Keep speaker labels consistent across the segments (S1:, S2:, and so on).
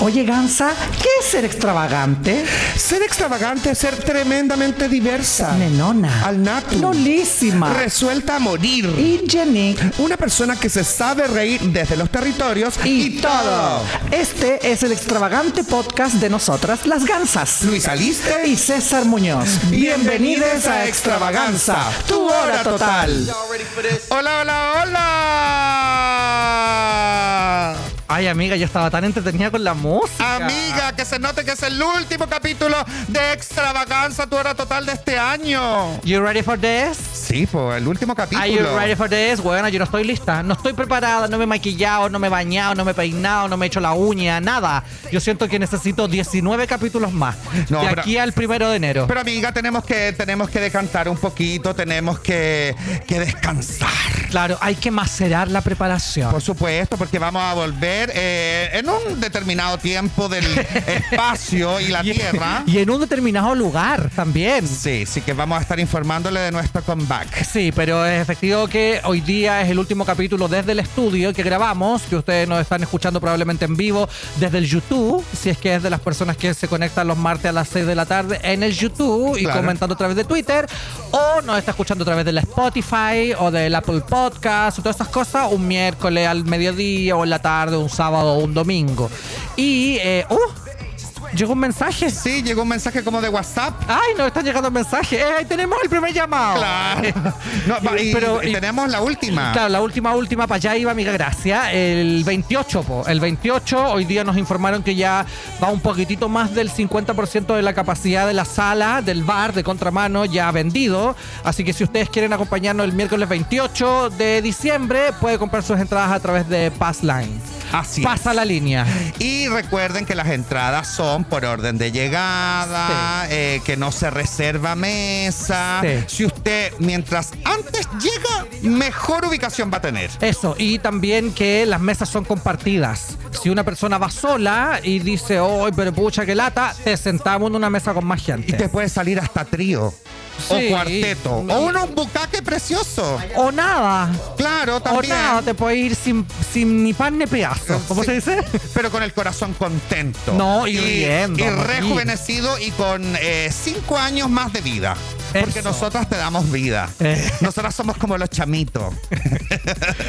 S1: Oye, Gansa, ¿qué es ser extravagante?
S2: Ser extravagante es ser tremendamente diversa.
S1: Nenona.
S2: Al natu.
S1: Nolísima.
S2: Resuelta a morir.
S1: y Jenny.
S2: Una persona que se sabe reír desde los territorios y, todo.
S1: Este es el extravagante podcast de nosotras, las Gansas.
S2: Luis Aliste
S1: y César Muñoz.
S2: Bienvenidos a Extravaganza, tu hora total. Hola, hola, hola.
S1: Ay, amiga, yo estaba tan entretenida con la música.
S2: Amiga, que se note que es el último capítulo de Extravaganza, tu hora total de este año.
S1: You ready for this?
S2: Sí, pues el último capítulo.
S1: Are you ready for this? Bueno, yo no estoy lista. No estoy preparada, no me he maquillado, no me he bañado, no me he peinado, no me he hecho la uña, nada. Yo siento que necesito 19 capítulos más.
S2: No,
S1: de
S2: pero-
S1: aquí al primero de enero.
S2: Pero amiga, tenemos que, tenemos que decantar un poquito, tenemos que, que descansar.
S1: claro, hay que macerar la preparación.
S2: Por supuesto, porque vamos a volver eh, en un determinado tiempo del espacio y la tierra.
S1: Y en un determinado lugar también.
S2: Sí, sí que vamos a estar informándole de nuestro comeback.
S1: Sí, pero es efectivo que hoy día es el último capítulo desde el estudio que grabamos, que ustedes nos están escuchando probablemente en vivo desde el YouTube, si es que es de las personas que se conectan los martes a las 6 de la tarde en el YouTube y
S2: Claro.
S1: comentando a través de Twitter, o nos está escuchando a través de la Spotify o del Apple Podcast o todas esas cosas, un miércoles al mediodía o en la tarde, un sábado o un domingo. Y, eh, ¡uh! Llegó un mensaje.
S2: Sí, llegó un mensaje como de WhatsApp.
S1: ¡Ay, nos están llegando mensajes! ¡Eh, ahí tenemos el primer llamado!
S2: Claro. No, va, y,
S1: Oh. Pero-
S2: y
S1: y-
S2: tenemos la última.
S1: Claro, la última, última, para allá iba amiga Gracia. El 28, po. El 28, hoy día nos informaron que ya va un poquitito más del 50% de la capacidad de la sala, del bar, de contramano, ya vendido. Así que si ustedes quieren acompañarnos el miércoles 28 de diciembre, puede comprar sus entradas a través de Passline.
S2: Así es.
S1: Pasa la línea.
S2: Y recuerden que las entradas son por orden de llegada, eh, que no se reserva mesa.
S1: Sí.
S2: Si usted, mientras antes llega, mejor ubicación va a tener.
S1: Eso, y también que las mesas son compartidas. Si una persona va sola y dice, ¡ay, pero pucha, qué lata! Te sentamos en una mesa con más gente.
S2: Y te puede salir hasta trío.
S1: Sí.
S2: O cuarteto. O unos bucaque precioso.
S1: O nada.
S2: Claro, también.
S1: O nada, te puedes ir sin, sin ni pan ni pedazo. ¿Cómo
S2: Sí.
S1: se dice?
S2: Pero con el corazón contento.
S1: No, y riendo,
S2: Y
S1: morir.
S2: rejuvenecido y con eh, cinco años más de vida. Porque
S1: Eso.
S2: nosotras te damos vida.
S1: Eh.
S2: Nosotras somos como los chamitos.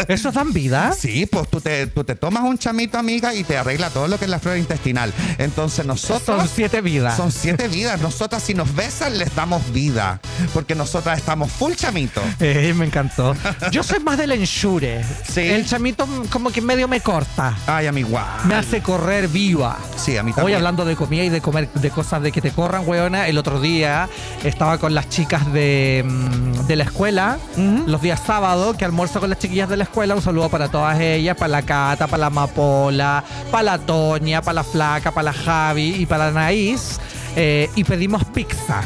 S1: ¿Eso dan vida?
S2: Sí, pues tú te, tú te tomas un chamito, amiga, y te arregla todo lo que es la flora intestinal. Entonces nosotros...
S1: Son siete vidas.
S2: Son siete vidas. Nosotras si nos besan les damos vida. Porque nosotras estamos full chamito.
S1: Eh, me encantó. Yo soy más del ensure.
S2: Sí.
S1: El chamito mm, como que medio me corta.
S2: Ay, amigua.
S1: Me hace correr viva.
S2: Sí, a mí
S1: Hoy
S2: también.
S1: hablando de comida y de comer de cosas de que te corran, weona, el otro día estaba con las chicas de, mm, de la escuela, los días sábados, que almuerzo con las chiquillas de la escuela. Un saludo para todas ellas, para la Cata, para la Amapola, para la Toña, para la Flaca, para la Javi y para la Naís. eh, y pedimos pizza.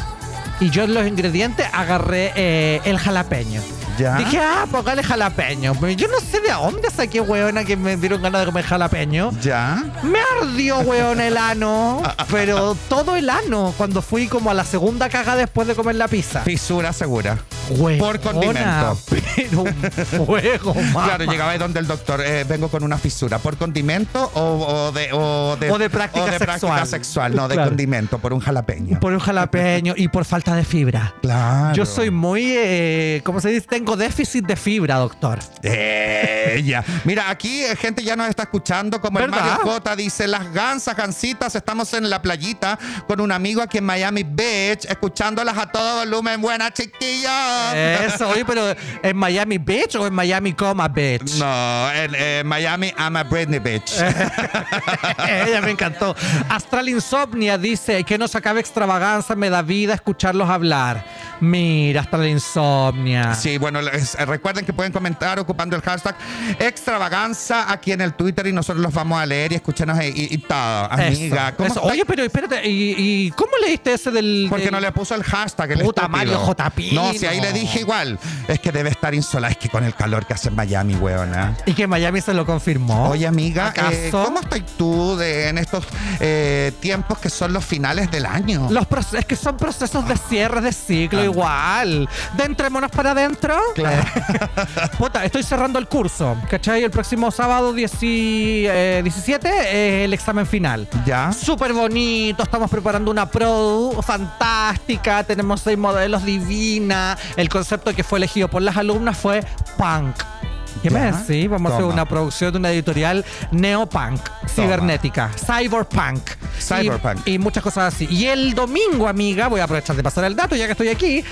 S1: Y yo en los ingredientes agarré eh, el jalapeño.
S2: Ya.
S1: Dije, ah, póngale jalapeño. Pero Yo no sé de dónde saqué, weona, que me dieron ganas de comer jalapeño.
S2: ¿Ya?
S1: Me ardió, weón, el
S2: Ah,
S1: ano. Pero todo el ano. Cuando fui como a la segunda caga después de comer la pizza.
S2: Fisura segura.
S1: Weona,
S2: Por condimento.
S1: Pero un fuego, mamá.
S2: Claro, llegaba ahí donde el doctor, eh, vengo con una fisura, por condimento o, o de, o, de,
S1: O de práctica
S2: o de práctica
S1: sexual.
S2: sexual, no, de
S1: Claro.
S2: condimento, por un jalapeño.
S1: Por un jalapeño y por falta de fibra.
S2: Claro.
S1: Yo soy muy, eh, ¿cómo se dice? Tengo déficit de fibra, doctor.
S2: Eh, ya. Mira, aquí eh, gente ya nos está escuchando, como el
S1: ¿Verdad?
S2: Mario J dice, las gansas, gancitas, estamos en la playita con un amigo aquí en Miami Beach, escuchándolas a todo volumen, buena chiquilla.
S1: Eso, oye, pero ¿en Miami Beach o en Miami coma Beach?
S2: No, en eh, Miami, I'm a Britney Beach.
S1: Eh. Ella me encantó. Astral Insomnia dice que no se acabe extravaganza, me da vida escucharlos hablar. Mira, Astral Insomnia.
S2: Sí, bueno, les- eh, recuerden que pueden comentar ocupando el hashtag extravaganza aquí en el Twitter y nosotros los vamos a leer y escucharnos y, y- y todo. Amiga,
S1: Eso,
S2: ¿cómo
S1: eso.
S2: está-
S1: Oye, pero espérate, ¿y, y cómo leíste ese del.
S2: ¿por qué
S1: del-
S2: no le puso el hashtag? el
S1: Puta
S2: estúpido?
S1: Mario J. Pino.
S2: No, si ahí le dije igual, es que debe estar insola, es que con el calor que hace en Miami, weona.
S1: Y que Miami se lo confirmó.
S2: Oye, amiga,
S1: ¿Acaso?
S2: eh, ¿cómo estás tú de- en estos eh, tiempos que son los finales del año?
S1: Los proces- es que son procesos de cierre de ciclo
S2: Ah.
S1: igual. De entrémonos para adentro.
S2: Claro.
S1: Puta, estoy cerrando el curso. ¿Cachai? El próximo sábado 10 y, eh, 17 es el examen final.
S2: ¿Ya?
S1: Súper bonito, estamos preparando una produ fantástica, tenemos seis modelos divina. El concepto que fue elegido por las alumnas fue punk. ¿Qué me
S2: Ya,
S1: decís? Vamos a hacer
S2: toma.
S1: una producción de una editorial neopunk, cibernética, cyberpunk.
S2: Cyberpunk.
S1: Y, y muchas cosas así. Y el domingo, amiga, voy a aprovechar de pasar el dato ya que estoy aquí.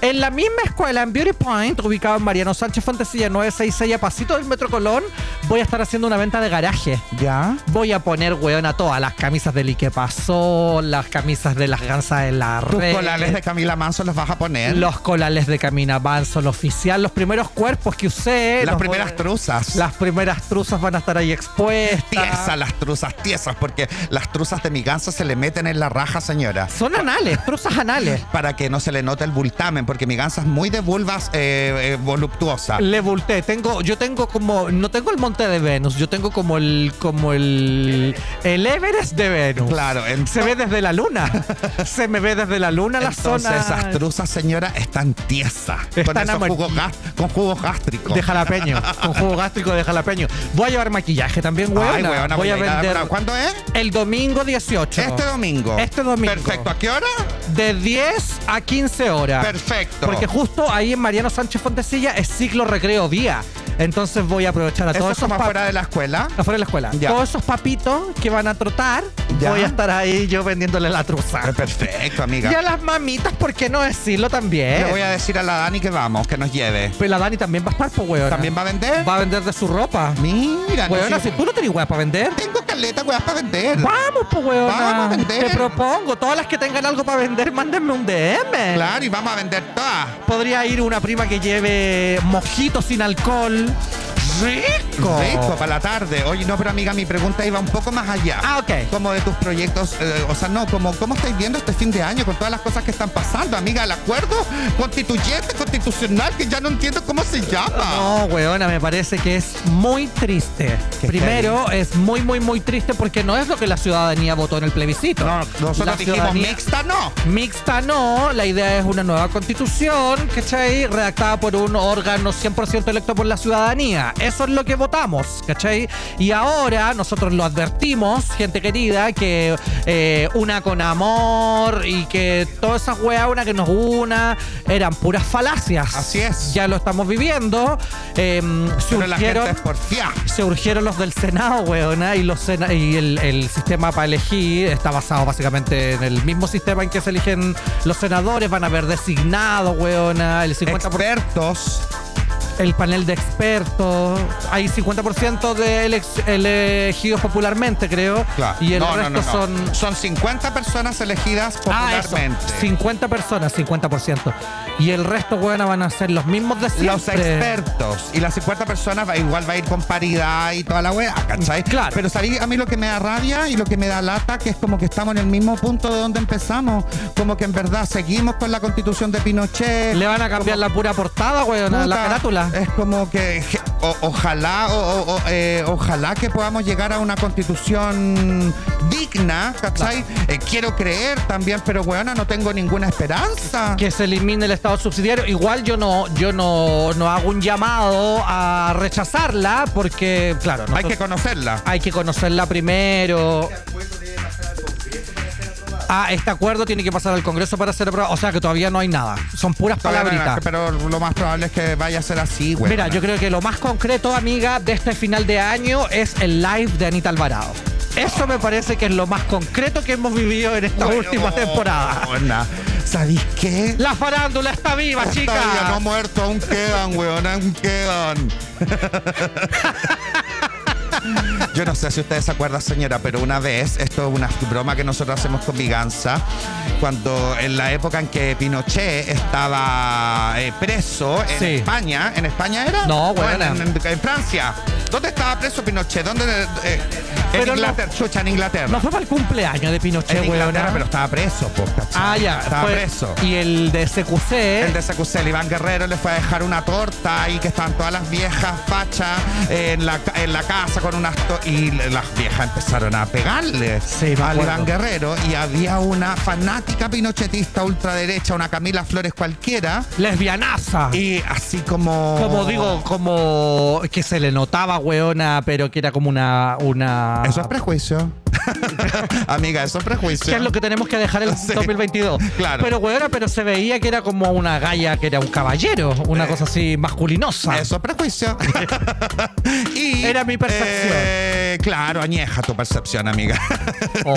S1: En la misma escuela, en Beauty Point, ubicado en Mariano Sánchez Fontecilla 966, a pasito del Metro Colón, voy a estar haciendo una venta de garaje.
S2: ¿Ya?
S1: Voy a poner, weón, a todas las camisas del Ike Pasó, las camisas de las gansas de ¿eh? la
S2: Tus
S1: red.
S2: colales de Camila Manso los vas a poner.
S1: Los colales de Camina Banzo, lo oficial, los primeros cuerpos que usé.
S2: las
S1: los
S2: primeras
S1: voy-
S2: truzas.
S1: Las primeras truzas van a estar ahí expuestas.
S2: Tiesas, las truzas tiesas, porque las truzas de mi ganso se le meten en la raja, señora.
S1: Son anales, truzas anales.
S2: Para que no se le note el bultamen, porque mi ganso es muy de vulvas eh, eh, voluptuosa.
S1: Le volteé, tengo, yo tengo como, no tengo el monte de Venus, yo tengo como el, como el, el Everest de Venus.
S2: Claro, en-
S1: Se ve desde la luna, se me ve desde la luna la
S2: entonces
S1: zona.
S2: esas truzas, señora, están tiesas. con
S1: Están
S2: esos
S1: amar-
S2: jugos gas- con jugos gástricos.
S1: De jalapeño, con jugo gástrico de jalapeño. Voy a llevar maquillaje también, weona.
S2: Ay, weona,
S1: voy a
S2: ir
S1: vender
S2: comprar. ¿Cuándo es?
S1: el domingo 18.
S2: Este domingo.
S1: Este domingo.
S2: Perfecto. ¿A qué hora?
S1: De 10 a 15 horas.
S2: Perfecto.
S1: Ah. Porque justo ahí en Mariano Sánchez Fontecilla es ciclo recreo día. Entonces voy a aprovechar a
S2: Eso
S1: todos
S2: es
S1: esos
S2: como
S1: pa-
S2: afuera de la escuela.
S1: afuera de la escuela.
S2: Ya.
S1: Todos esos papitos que van a trotar,
S2: Ya.
S1: voy a estar ahí yo vendiéndole la truza.
S2: Ah, Perfecto,
S1: Y
S2: amiga.
S1: a las mamitas, ¿por qué no decirlo también?
S2: Le voy a decir a la Dani que vamos, que nos lleve.
S1: Pero la Dani también va a estar, pues, weón.
S2: ¿También va a vender?
S1: va a vender de su ropa.
S2: Mira, no
S1: Weona,
S2: sé-
S1: si tú no tenés weá para vender,
S2: tengo caleta, weas, para vender.
S1: Vamos, pues, weona.
S2: Vamos a vender.
S1: Te propongo, todas las que tengan algo para vender, mándenme un DM.
S2: Claro, y vamos a vender todas.
S1: Podría ir una prima que lleve mojito sin alcohol. Rico.
S2: Rico, para la tarde. Oye, no, pero amiga, mi pregunta iba un poco más allá.
S1: Ah, ok.
S2: Como de tus proyectos, eh, o sea, no, como cómo estáis viendo este fin de año con todas las cosas que están pasando, amiga, el acuerdo constituyente, constitucional, que ya no entiendo cómo se llama.
S1: No, weona, me parece que es muy triste.
S2: Qué
S1: Primero, es muy, muy, muy triste porque no es lo que la ciudadanía votó en el plebiscito. La
S2: nosotros dijimos
S1: ciudadanía-
S2: mixta, no.
S1: Mixta no, la idea es una nueva constitución, ¿cachai? Redactada por un órgano 100% electo por la ciudadanía. Eso es lo que votamos, ¿cachai? Y ahora nosotros lo advertimos, gente querida, que eh, una con amor y que todas esas weas, una que nos una, eran puras falacias.
S2: Así es.
S1: Ya lo estamos viviendo. Eh,
S2: Pero la gente
S1: surgieron-
S2: es porfía.
S1: se urgieron los del Senado, weona, y, los sena- y el, el sistema para elegir está basado básicamente en el mismo sistema en que se eligen los senadores, van a haber designado, weona, el 50%,
S2: Expertos.
S1: el panel de expertos, hay 50% de elex- elegidos popularmente, creo,
S2: Claro.
S1: y el
S2: No, no,
S1: resto
S2: no, no.
S1: son...
S2: Son 50 personas elegidas
S1: Ah, eso,
S2: popularmente.
S1: 50 personas, 50%. Y el resto, weona, van a ser los mismos de siempre.
S2: los expertos y las 50 personas va, igual va a ir con paridad y toda la wea, ¿cachai?
S1: Claro.
S2: Pero sabí a mí lo que me da rabia y lo que me da lata que es como que estamos en el mismo punto de donde empezamos, como que en verdad seguimos con la Constitución de Pinochet.
S1: Le van a cambiar la pura portada, weona, la
S2: Puta,
S1: carátula.
S2: Es como que je- o- ojalá, o- o- o, eh, ojalá que podamos llegar a una constitución digna, ¿cachai? Eh, quiero creer también, pero weona, no tengo ninguna esperanza.
S1: que se elimine el Estado subsidiario. Igual yo no, yo no, no hago un llamado a rechazarla porque, claro,
S2: Hay
S1: nosotros-
S2: que conocerla.
S1: hay que conocerla primero. Ah, este acuerdo tiene que pasar al Congreso para ser aprobado. O sea que todavía no hay nada. Son puras palabritas.
S2: Pero lo más probable es que vaya a ser así, güey.
S1: Mira, yo creo que lo más concreto, amiga, de este final de año es el live de Anita Alvarado. Eso me parece que es lo más concreto que hemos vivido en esta última temporada.
S2: ¿Sabéis qué?
S1: La farándula está viva, chicas.
S2: Todavía no ha muerto, aún quedan, weón, aún quedan. Yo no sé si ustedes se acuerdan, señora, pero una vez, esto es una broma que nosotros hacemos con Viganza, cuando en la época en que Pinochet estaba eh, preso en
S1: Sí.
S2: España, ¿en España era?
S1: No,
S2: en,
S1: weona.
S2: en- en Francia. ¿Dónde estaba preso Pinochet? ¿Dónde? eh, en
S1: Pero no-
S2: Inglaterra, chucha, en Inglaterra.
S1: No fue para el cumpleaños de
S2: en
S1: Pinochet,
S2: Inglaterra,
S1: weona.
S2: pero estaba preso, po, ¿cachai?
S1: Ah, ya.
S2: Estaba
S1: fue-
S2: preso.
S1: Y el de CQC.
S2: El de Sacusel, Iván Guerrero, le fue a dejar una torta y que estaban todas las viejas fachas eh, en la, ca- en la casa con unas... to- y le- las viejas empezaron a pegarle
S1: Sí, me
S2: al
S1: acuerdo.
S2: Iván Guerrero y había una fanática pinochetista ultraderecha, una Camila Flores cualquiera,
S1: Lesbianaza.
S2: y Oh. así como...
S1: Como digo, como que se le notaba, weona, pero que era como una. una...
S2: Eso es prejuicio. Amiga, eso es prejuicio.
S1: que es lo que tenemos que dejar el
S2: Sí.
S1: 2022.
S2: Claro.
S1: Pero, weona, pero se veía que era como una galla, que era un caballero, una cosa así masculinosa.
S2: Eh. Eso es prejuicio. y,
S1: Era mi percepción.
S2: eh, claro, añeja tu percepción, amiga.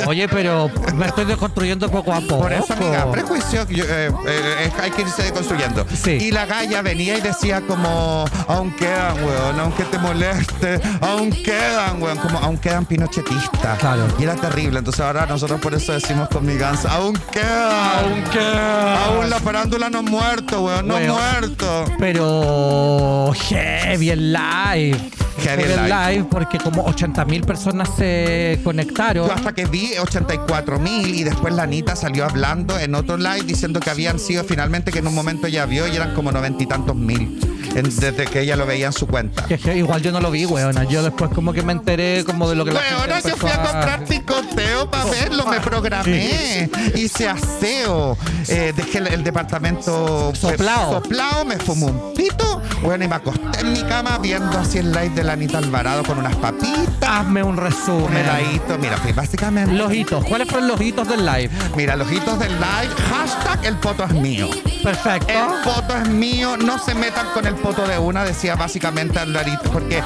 S1: Oye, pero me estoy desconstruyendo poco a poco.
S2: Por eso, amiga, prejuicio, yo, eh, eh, eh, hay que irse deconstruyendo.
S1: Sí.
S2: Y la galla venía y decía como, aún quedan, weón, aunque te moleste, aún quedan, weón, como, aún quedan pinochetistas.
S1: Claro.
S2: Y era terrible, entonces ahora nosotros por eso decimos con mi ganza, aún quedan, aún la farándula no ha muerto, weón, no ha
S1: Weón.
S2: muerto.
S1: Pero heavy el live.
S2: Heavy
S1: el
S2: el live.
S1: porque como 80.000 personas se conectaron.
S2: Yo hasta que vi 84 mil y después la Anita salió hablando en otro live diciendo que habían sido finalmente que en un momento ya vio y eran como noventa y tantos mil en- desde que ella lo veía en su cuenta.
S1: Que je- igual yo no lo vi, weona. Yo después como que me enteré como de lo que la gente
S2: Ahora yo
S1: empezó
S2: fui a comprar picoteo para verlo, me programé, hice aseo, eh, dejé el, el departamento pues,
S1: Soplao.
S2: soplado, me fumé un pito, bueno, y me acosté en mi cama viendo así el live de la Anita Alvarado con unas papitas,
S1: Hazme un
S2: un
S1: resumen.
S2: heladito, mira, fui básicamente...
S1: Los hitos. ¿Cuáles fueron los hitos del live?
S2: Mira, los hitos del live, hashtag el poto es mío.
S1: Perfecto.
S2: El poto es mío, no se metan con el poto de una, decía básicamente Alvarito, porque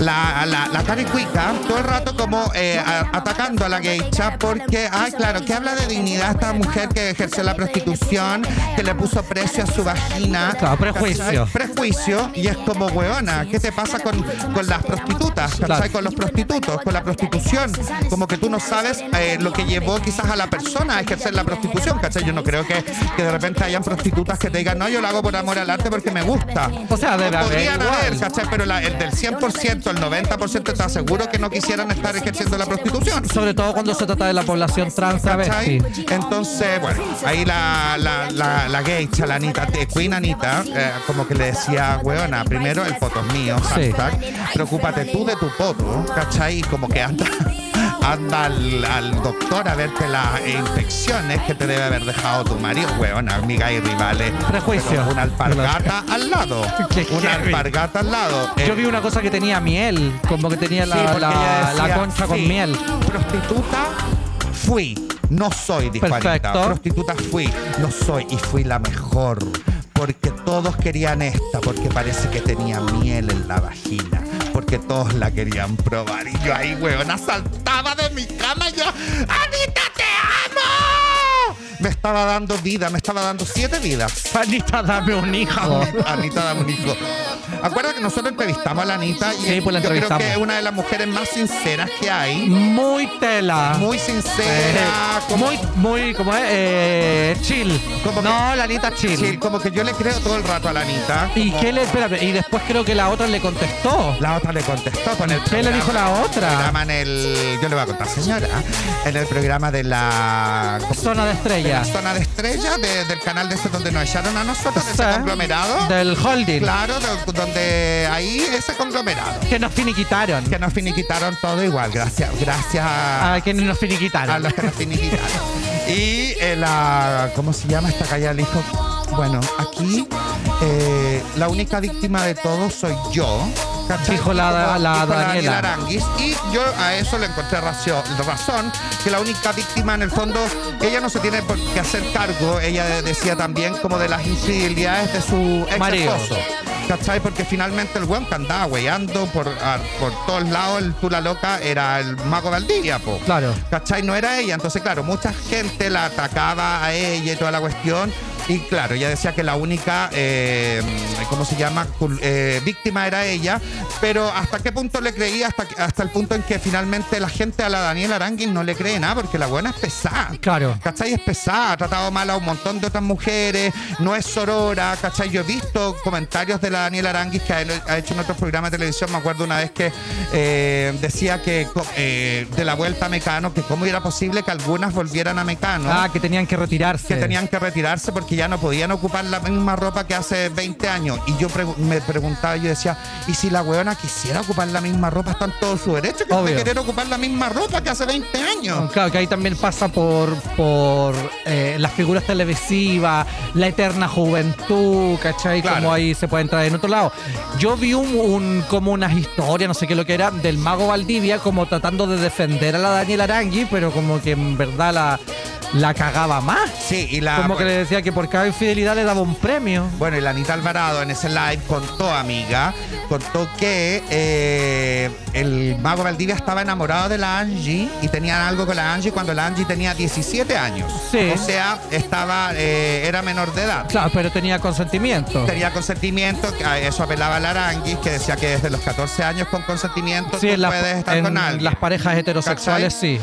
S2: la, la, la Cari Cuica, todo el rato como eh, a- atacando a la geisha, porque, ay, claro, que habla de dignidad esta mujer que ejerció la prostitución, que le puso precio a su vagina.
S1: Claro, prejuicio.
S2: ¿cachai? Prejuicio, y es como, hueona, ¿qué te pasa con, con las prostitutas? ¿cachai?
S1: Claro.
S2: Con los prostitutos, con la prostitución. Como que tú no sabes eh, lo que llevó quizás a la persona a ejercer la prostitución, ¿cachai? Yo no creo que, que de repente hayan prostitutas que te digan, no, yo lo hago por amor al arte porque me gusta.
S1: O sea, debe haber
S2: Podrían
S1: igual.
S2: haber, ¿cachai? Pero la- el del 100%, el 90% te aseguro que no quisieran estar ejerciendo la prostitución.
S1: Sobre todo cuando se trata de la población trans
S2: ¿Cachai?
S1: travesti.
S2: Entonces, bueno, ahí la, la, la, la geisha, la Anita, eh, Queen Anita, eh, como que le decía, weona, primero el poto es mío,
S1: Sí.
S2: hashtag, preocúpate tú de tu poto, ¿cachai? Y como que anda, anda al, al doctor a verte las infecciones que te debe haber dejado tu marido, weona, amiga y rivales.
S1: Prejuicio.
S2: Pero Una alpargata al lado.
S1: Qué
S2: Una
S1: heavy.
S2: alpargata al lado. Eh,
S1: Yo vi una cosa que tenía miel, como que tenía
S2: Sí,
S1: la,
S2: porque
S1: la-
S2: ella decía,
S1: la concha
S2: "Sí,
S1: con miel.
S2: Prostituta fui, no soy, dijo Anita.
S1: Perfecto.
S2: Prostituta fui, no soy y fui la mejor. Porque todos querían esta, porque parece que tenía miel en la vagina. Porque todos la querían probar. Y yo ahí, weona, saltaba de mi cama y yo, ¡Anita, te amo! Me estaba dando vida, me estaba dando siete vidas.
S1: Anita, dame un hijo.
S2: Anita dame un hijo. Acuerda que nosotros entrevistamos a la Anita y
S1: Sí, pues la
S2: yo creo
S1: entrevistamos.
S2: que es una de las mujeres más sinceras que hay.
S1: Muy tela.
S2: Muy
S1: Eh,
S2: sincera, como,
S1: muy, muy, como es, eh, chill.
S2: Como
S1: no, la Anita chill.
S2: sí, como que yo le creo todo el rato a la Anita.
S1: Y
S2: como-
S1: qué le, espérame, y después creo que la otra le contestó.
S2: La otra le contestó con el
S1: ¿Qué le dijo la otra?
S2: programa en el. Yo le voy a contar, señora. En el programa de la.
S1: Zona de estrella.
S2: Zona de estrella de- del canal de ese donde nos echaron a nosotros, de
S1: Sí.
S2: ese conglomerado.
S1: Del holding.
S2: Claro, do- donde ahí ese conglomerado.
S1: Que nos finiquitaron.
S2: Que nos finiquitaron todo igual, gracias, gracias
S1: A quienes nos
S2: a
S1: finiquitaron.
S2: los que nos finiquitaron. Y eh, la, ¿cómo se llama esta calle? Le dijo, bueno, aquí eh, la única víctima de todo soy yo. ¿cachai?
S1: Dijo la-
S2: Como
S1: la
S2: dijo
S1: Daniela.
S2: Aranguis. Y yo a eso le encontré racio- razón, que la única víctima en el fondo, ella no se tiene por qué hacer cargo, ella de- decía también como de las infidelidades de su ex
S1: Marido.
S2: esposo. ¿Cachai? Porque finalmente el weón que andaba weyando por, a- por todos lados, el tú la loca, era el mago Valdivia, po.
S1: Claro.
S2: ¿Cachai? No era ella. Entonces, claro, mucha gente la atacaba a ella y toda la cuestión. Y claro, ella decía que la única, eh, ¿cómo se llama?, Cul- eh, víctima era ella, pero ¿hasta qué punto le creía? Hasta, que- hasta el punto en que finalmente la gente a la Daniela Aránguiz no le cree nada, porque la buena es pesada.
S1: Claro.
S2: ¿Cachai? Es pesada, ha tratado mal a un montón de otras mujeres, no es sorora, ¿cachai? Yo he visto comentarios de la Daniela Aranguis que ha ha hecho en otros programas de televisión, me acuerdo una vez que eh, decía que co- eh, de la vuelta a Mecano, que cómo era posible que algunas volvieran a Mecano.
S1: Ah, que tenían que retirarse.
S2: que tenían que retirarse porque ya no podían ocupar la misma ropa que hace 20 años. Y yo pregu- me preguntaba, yo decía, ¿y si la weona quisiera ocupar la misma ropa? Están todos sus derechos que
S1: Obvio.
S2: de querer ocupar la misma ropa que hace 20 años.
S1: Claro, que ahí también pasa por, por eh, las figuras televisivas, la eterna juventud, ¿cachai?
S2: Claro.
S1: Como ahí se puede entrar en otro lado. Yo vi un, un- como unas historias, no sé qué lo que era, del mago Valdivia como tratando de defender a la Daniela Arangui, pero como que en verdad la, la cagaba más.
S2: Sí, y la.
S1: como que le decía que por cada infidelidad le daba un premio.
S2: Bueno, y la Anita Alvarado en ese live contó, amiga, contó que eh, el mago Valdivia estaba enamorado de la Angie y tenían algo con la Angie cuando la Angie tenía 17 años.
S1: Sí.
S2: O sea, estaba, eh, era menor de edad.
S1: Claro, pero tenía consentimiento.
S2: Tenía consentimiento, que a eso apelaba la Aranguis, que decía que desde los 14 años con consentimiento
S1: Sí,
S2: tú
S1: en, las-
S2: puedes estar
S1: en
S2: con alguien.
S1: las parejas heterosexuales
S2: ¿Cachai?
S1: sí.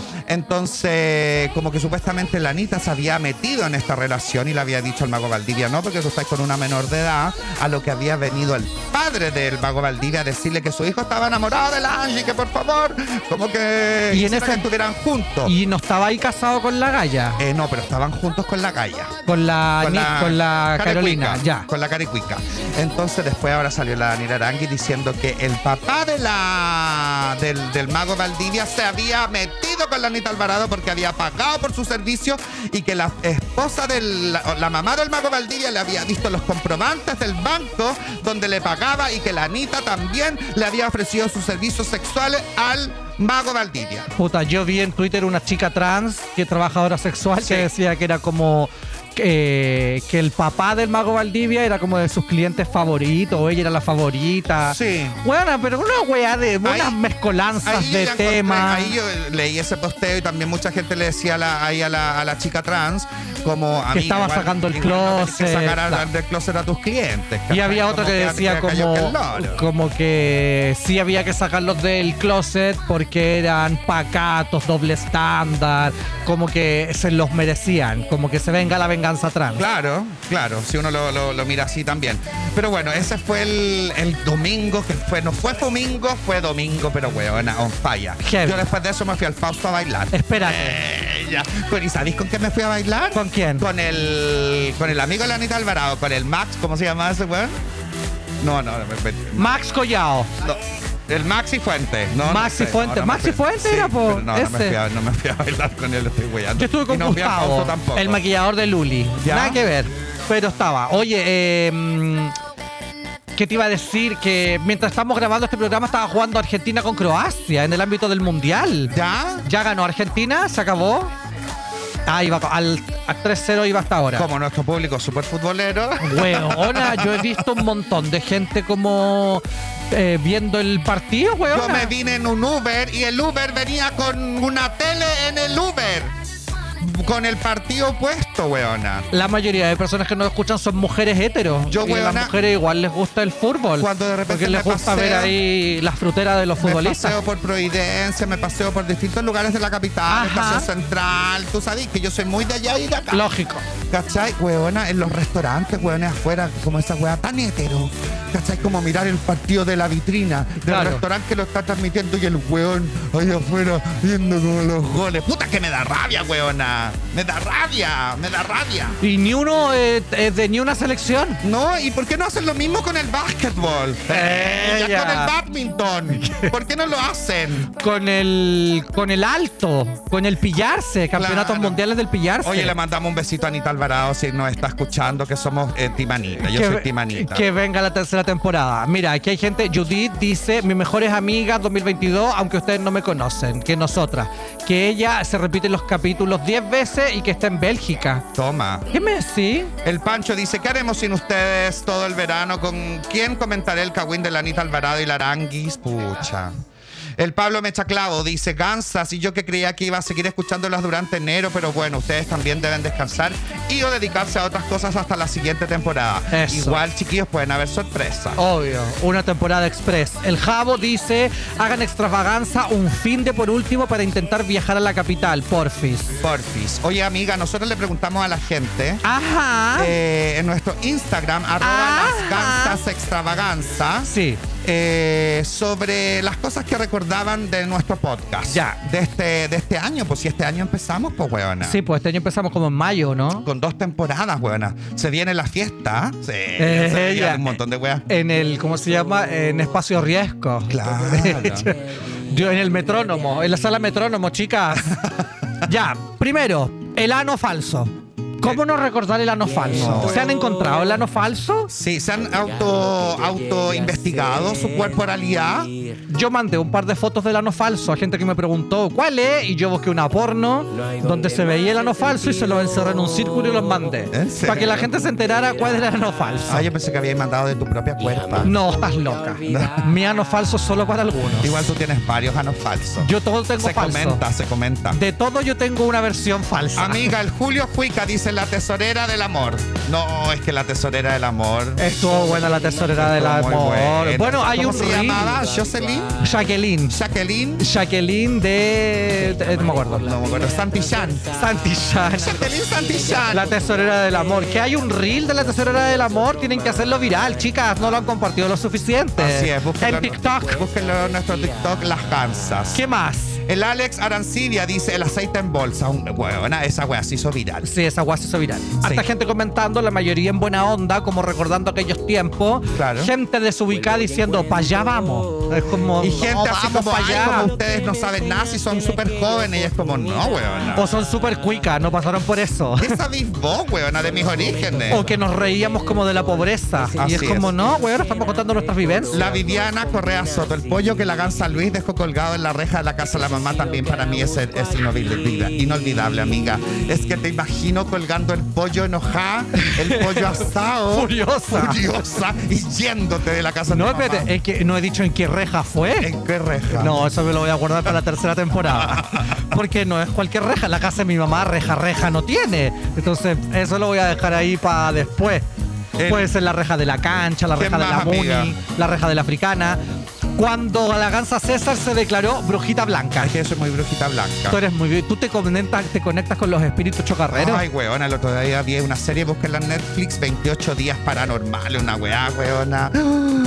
S2: Entonces, como que supuestamente la Anita se había metido en esta relación y le había dicho al mago Valdivia, no, porque tú estás con una menor de edad, a lo que había venido el padre del mago Valdivia a decirle que su hijo estaba enamorado de la Angie, que por favor, como que,
S1: Y en
S2: hiciera
S1: ese-
S2: que estuvieran juntos.
S1: Y no estaba ahí casado con la galla.
S2: Eh, no, pero estaban juntos con la Gaia.
S1: Con la,
S2: Con
S1: ni-
S2: la,
S1: con la Carolina,
S2: Caricuica,
S1: ya.
S2: Con la Caricuica. Entonces después ahora salió la Daniela Arangui diciendo que el papá de la del, del mago Valdivia se había metido con la Anita Alvarado porque había pagado por su servicio y que la esposa de la, la mamá del mago Valdivia le había visto los comprobantes del banco donde le pagaba y que la Anita también le había ofrecido sus servicios sexuales al mago Valdivia.
S1: Puta, yo vi en Twitter una chica trans que es trabajadora sexual
S2: Sí.
S1: que decía que era como eh, que el papá del mago Valdivia era como de sus clientes favoritos, o ella era la favorita.
S2: Sí.
S1: Bueno, pero una weá de unas
S2: Ahí-
S1: mezcolanzas
S2: Ahí yo
S1: de
S2: ya encontré-
S1: temas.
S2: Ahí yo leí ese posteo y también mucha gente le decía a la, ahí a la, a la chica trans como a
S1: Que estaba sacando el closet,
S2: sacar a-
S1: claro.
S2: del closet a tus clientes.
S1: Y
S2: ¿cachai?
S1: había
S2: Como
S1: otro que
S2: a-
S1: decía
S2: que cayó
S1: como,
S2: que el loro.
S1: como que sí había que sacarlos del closet porque eran pacatos, doble estándar, como que se los merecían, como que se venga la venganza trans.
S2: Claro, claro, si uno lo, lo- lo mira así también. Pero bueno, ese fue el, el domingo, que fue, no fue domingo, fue domingo, pero huevona, on fire.
S1: Heavy.
S2: Yo después de eso me fui al Fausto a bailar.
S1: Espérate.
S2: Eh, ya. Pero, ¿Y sabéis con quién me fui a bailar?
S1: ¿Con quién?
S2: Con el, con el amigo de la Anita Alvarado, con el Max, ¿cómo se llama ese weón? No, no, no, me- me-
S1: Max Collao.
S2: no. El Maxi Fuente, ¿no, ¿no?
S1: Maxi
S2: sé.
S1: Fuente.
S2: me
S1: Maxi
S2: fui-
S1: Fuente era, po,
S2: pero No, no me,
S1: ese.
S2: fui a, no me fui a bailar con él, estoy weyando.
S1: Yo estuve con
S2: Y no fui a
S1: Gustavo,
S2: Fausto tampoco.
S1: el maquillador de Luli.
S2: ¿Ya?
S1: Nada que ver. Pero estaba. Oye, eh, mm, ¿qué te iba a decir? Que mientras estamos grabando este programa estaba jugando Argentina con Croacia en el ámbito del Mundial.
S2: ¿Ya?
S1: Ya ganó Argentina, se acabó. Ah, iba co- al, al 3-0 iba hasta ahora.
S2: Como nuestro público super futbolero.
S1: Weona, yo he visto un montón de gente como eh, viendo el partido,
S2: Yo
S1: weona.
S2: me vine en un Uber y el Uber venía con una tele en el Uber. Con el partido puesto, weona.
S1: La mayoría de personas que nos escuchan son mujeres heteros.
S2: Yo,
S1: y a
S2: weona,
S1: las mujeres igual les gusta el fútbol.
S2: cuando de repente
S1: Porque les
S2: me
S1: gusta
S2: paseo-
S1: ver ahí las fruteras de los
S2: Me
S1: futbolistas.
S2: paseo por Providencia, me paseo por distintos lugares de la capital,
S1: Ajá.
S2: Estación Central. Tú sabes que yo soy muy de allá y de acá.
S1: Lógico.
S2: ¿Cachai? Huevona, en los restaurantes, huevones afuera, como esa hueá tan hetero. ¿Cachai? Como mirar el partido de la vitrina del
S1: Claro.
S2: restaurante que lo está transmitiendo y el hueón ahí afuera viendo como los goles. Puta que me da rabia, huevona. Me da rabia, me da rabia.
S1: Y ni uno eh, es de ni una selección.
S2: No, ¿y por qué no hacen lo mismo con el básquetbol?
S1: Eh,
S2: Ya con
S1: ya.
S2: el badminton. ¿Por qué no lo hacen?
S1: Con el con el alto, con el pillarse, campeonatos
S2: Claro.
S1: mundiales del pillarse.
S2: Oye, le mandamos un besito a Anita Alvarado si nos está escuchando, que somos eh, timanita. Yo
S1: que,
S2: soy timanita.
S1: que venga la tercera temporada. Mira, aquí hay gente, Judith dice, mis mejores amigas 2022, aunque ustedes no me conocen, que nosotras, que ella se repite los capítulos 10 veces y que está en Bélgica.
S2: Toma.
S1: ¿Qué me decís?
S2: El Pancho dice, ¿qué haremos sin ustedes todo el verano? ¿Con quién comentaré el cagüín de la Anita Alvarado y la Aranguis? Pucha. El Pablo Mechaclavo dice, Gansas, y yo que creía que iba a seguir escuchándolas durante enero, pero bueno, ustedes también deben descansar y o dedicarse a otras cosas hasta la siguiente temporada.
S1: Eso.
S2: Igual, chiquillos, pueden haber sorpresas.
S1: Obvio, una temporada express. El Jabo dice, hagan extravaganza un fin de por último para intentar viajar a la capital, porfis.
S2: Porfis. Oye, amiga, nosotros le preguntamos a la gente
S1: Ajá.
S2: eh, en nuestro Instagram, arroba
S1: Ah.
S2: las gansas extravaganzas.
S1: sí.
S2: eh, sobre las cosas que recordaban de nuestro podcast.
S1: Ya.
S2: De este, de este año, pues si este año empezamos, pues huevona.
S1: Sí, pues este año empezamos como en mayo, ¿no?
S2: Con dos temporadas, huevona. Se viene la fiesta. Sí.
S1: Eh,
S2: se viene
S1: ya.
S2: un montón de weas.
S1: En el, ¿cómo se llama? En espacio riesgo.
S2: Claro.
S1: Yo en el metrónomo, en la sala metrónomo, chicas. ya, primero, el ano falso. ¿Cómo no recordar el ano falso?
S2: No.
S1: ¿Se han encontrado el ano falso?
S2: Sí, se han auto, auto investigado su corporalidad.
S1: Yo mandé un par de fotos del ano falso a gente que me preguntó cuál es y yo busqué una porno donde se veía el ano falso y se lo encerré en un círculo y los mandé.
S2: ¿En serio?
S1: Para que la gente se enterara cuál era el ano falso.
S2: Ah, yo pensé que habías mandado de tu propia cuerpa.
S1: no, estás loca. Mi ano falso es solo para algunos.
S2: Igual tú tienes varios anos falsos.
S1: Yo todo tengo
S2: se
S1: falso.
S2: comenta, se comenta.
S1: De todo yo tengo una versión falsa.
S2: Amiga, el Julio Cuica dice la tesorera del amor. No, es que la tesorera del amor.
S1: Estuvo buena Eh, la tesorera del
S2: Muy
S1: amor.
S2: buena.
S1: Bueno, hay
S2: ¿Cómo
S1: un
S2: se
S1: reel.
S2: llamaba? Jocelyn.
S1: Jacqueline.
S2: Jacqueline.
S1: Jacqueline de... de- no me acuerdo.
S2: No me acuerdo. Santillán.
S1: Santillán.
S2: Jacqueline Santillán.
S1: La tesorera del amor. Que hay un reel de la tesorera del amor. Tienen que hacerlo viral, chicas. No lo han compartido lo suficiente.
S2: Así es, búsquenlo
S1: En TikTok.
S2: Búsquenlo en nuestro TikTok, Las Kansas.
S1: ¿Qué más?
S2: El Alex Arancibia dice el aceite en bolsa. Un, huevona, esa wea se hizo viral.
S1: Sí, esa guasa hizo viral. Hasta gente comentando, la mayoría en buena onda, como recordando aquellos tiempos.
S2: Claro.
S1: Gente desubicada diciendo, para allá vamos. Es como,
S2: Y
S1: "No,
S2: gente así
S1: vamos
S2: como,
S1: pa'
S2: "Ay, como ustedes no saben nada si son súper jóvenes. Y es como, no, huevona.
S1: O son súper cuicas, no pasaron por eso.
S2: ¿Qué sabéis vos, huevona, de mis orígenes?
S1: O que nos reíamos como de la pobreza. y es
S2: Así
S1: como,
S2: es.
S1: no, güey, ahora estamos contando nuestras vivencias.
S2: La Viviana Correa Soto, el pollo que la gansa Luis dejó colgado en la reja de la casa de la mamá también para mí es, es inolvidable, inolvidable, amiga. Es que te imagino colgando el pollo enojado, el pollo asado,
S1: Furiosa.
S2: furiosa y yéndote de la casa de
S1: No,
S2: tu mamá.
S1: espérate, es que no he dicho en qué reja fue.
S2: ¿En qué reja?
S1: No, eso me lo voy a guardar para la tercera temporada. Porque no es cualquier reja. La casa de mi mamá, reja, reja no tiene. Entonces, eso lo voy a dejar ahí para después.
S2: El-
S1: Puede ser la reja de la cancha, la
S2: ¿Qué
S1: reja de la
S2: más, amiga?
S1: muni, la reja de la africana. Cuando la gansa César se declaró brujita blanca.
S2: Es que yo soy muy brujita blanca.
S1: Tú eres muy bien. Tú te conectas, te conectas con los espíritus chocarreros.
S2: Ay, weona, el otro día había una serie, búsquenla en Netflix, 28 días paranormales, una weá, weona.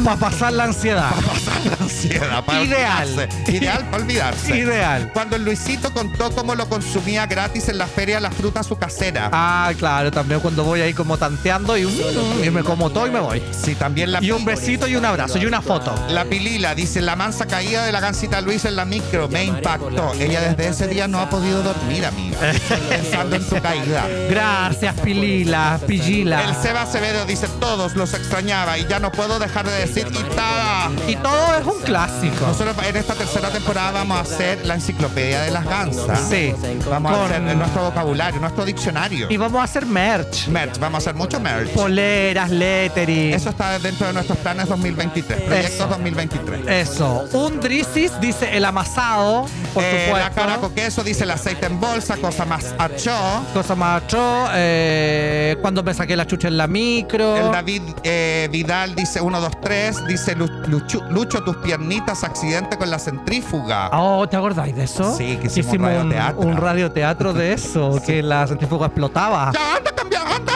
S1: para pasar la ansiedad.
S2: pasar la ansiedad. Para
S1: Ideal.
S2: olvidarse. Ideal para olvidarse.
S1: Ideal.
S2: Cuando el Luisito contó cómo lo consumía gratis en la feria la fruta su casera.
S1: Ah, claro, también cuando voy ahí como tanteando y, mm, y me como todo y me voy.
S2: Sí, también la,
S1: Y un besito y un abrazo y una foto.
S2: la pilila, dice la mansa caída de la gancita Luis en la micro. Me impactó. Ella desde ese día no ha podido dormir, amiga. pensando en su caída.
S1: Gracias, Pilila, Pillila.
S2: El Seba Acevedo dice, todos los extrañaba y ya no puedo dejar de decir quitada.
S1: Y todo es un clásico.
S2: Nosotros en esta tercera temporada vamos a hacer la enciclopedia de las gansas.
S1: Sí.
S2: Vamos a
S1: Con-
S2: hacer nuestro vocabulario, nuestro diccionario.
S1: Y vamos a hacer merch.
S2: Merch, vamos a hacer mucho merch.
S1: Poleras, lettering.
S2: Eso está dentro de nuestros planes 2023, proyectos
S1: Eso.
S2: 2023.
S1: Eso. Un drisis dice el amasado, por
S2: Eh, la
S1: supuesto.
S2: cara con queso dice el aceite en bolsa, cosa más achó.
S1: Cosa macho, eh, cuando me saqué la chucha en la micro.
S2: El David eh, Vidal dice 1, 2, 3, dice Lu- Luchu- Lucho, tus piernitas, accidente con la centrífuga.
S1: Oh, ¿te acordáis de eso?
S2: Sí, que hicimos un radioteatro.
S1: un, un radioteatro de eso, que la centrífuga explotaba.
S2: ¡Ya anda, cambia, anda!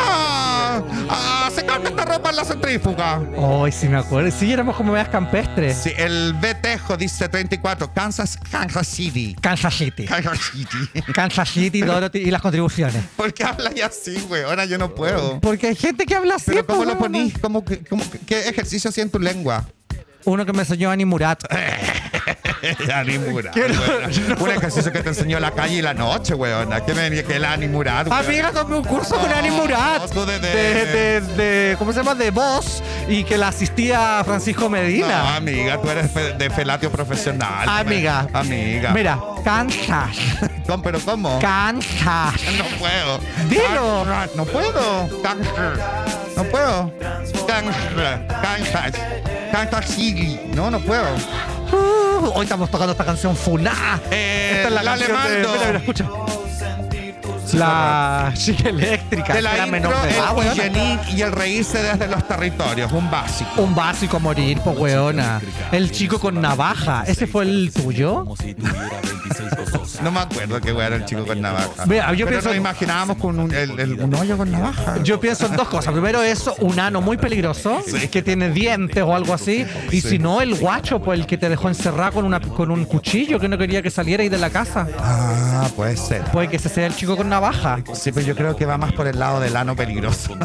S2: ¡A secarme esta ropa en la centrífuga!
S1: Ay, sí me acuerdo. Sí, éramos como medias campestres.
S2: Sí, el Betejo dice 34, Kansas, Kansas City.
S1: Kansas City.
S2: Kansas City.
S1: Kansas City Dorothy, y las contribuciones.
S2: ¿Por qué hablas así, güey? Ahora yo no puedo.
S1: Porque hay gente que habla así.
S2: ¿Pero cómo
S1: pues,
S2: lo
S1: weón.
S2: ponís? ¿Cómo que- cómo que- ¿Qué ejercicio hacía en tu lengua?
S1: Uno que me enseñó Ani Murat.
S2: Animura. Un ejercicio que te enseñó la calle y la noche, weona. Que me que el animurad.
S1: Amiga, tomé Ah, un curso con
S2: No,
S1: Ani Murat.
S2: tú de-
S1: de, de- de- ¿Cómo se llama? De voz. Y que la asistía Francisco
S2: No,
S1: Medina.
S2: amiga, tú eres fe- de felatio profesional.
S1: Amiga.
S2: weona. Amiga.
S1: Mira, Kansas.
S2: ¿Cómo- ¿Pero cómo?
S1: Kansas.
S2: no puedo.
S1: Dilo.
S2: Can- No puedo. Can- No puedo. Can- Kansas. Kansas City. No, no puedo.
S1: Uh, Hoy estamos tocando esta canción funá.
S2: Eh, la
S1: canción de-
S2: Lemaldo.
S1: mira, mira, escucha. La chica eléctrica.
S2: De la
S1: Era
S2: intro,
S1: menor de edad,
S2: el
S1: weona.
S2: Yenick y el reírse desde los territorios, un básico.
S1: Un básico a morir, po weona. El chico con navaja. ¿Ese fue el tuyo?
S2: No me acuerdo qué weón era el chico con navaja.
S1: Vea, yo
S2: Pero
S1: pienso-
S2: nos imaginábamos con un, el- el- un hoyo con navaja.
S1: Yo pienso en dos cosas. Primero, eso, un ano muy peligroso, que tiene dientes o algo así. Y si no, el guacho, pues el que te dejó encerrado con, una, con un cuchillo que no quería que salieras de la casa.
S2: Ah, puede ser.
S1: Puede que ese sea el chico con navaja.
S2: Sí, pero yo creo que va más por el lado del ano peligroso.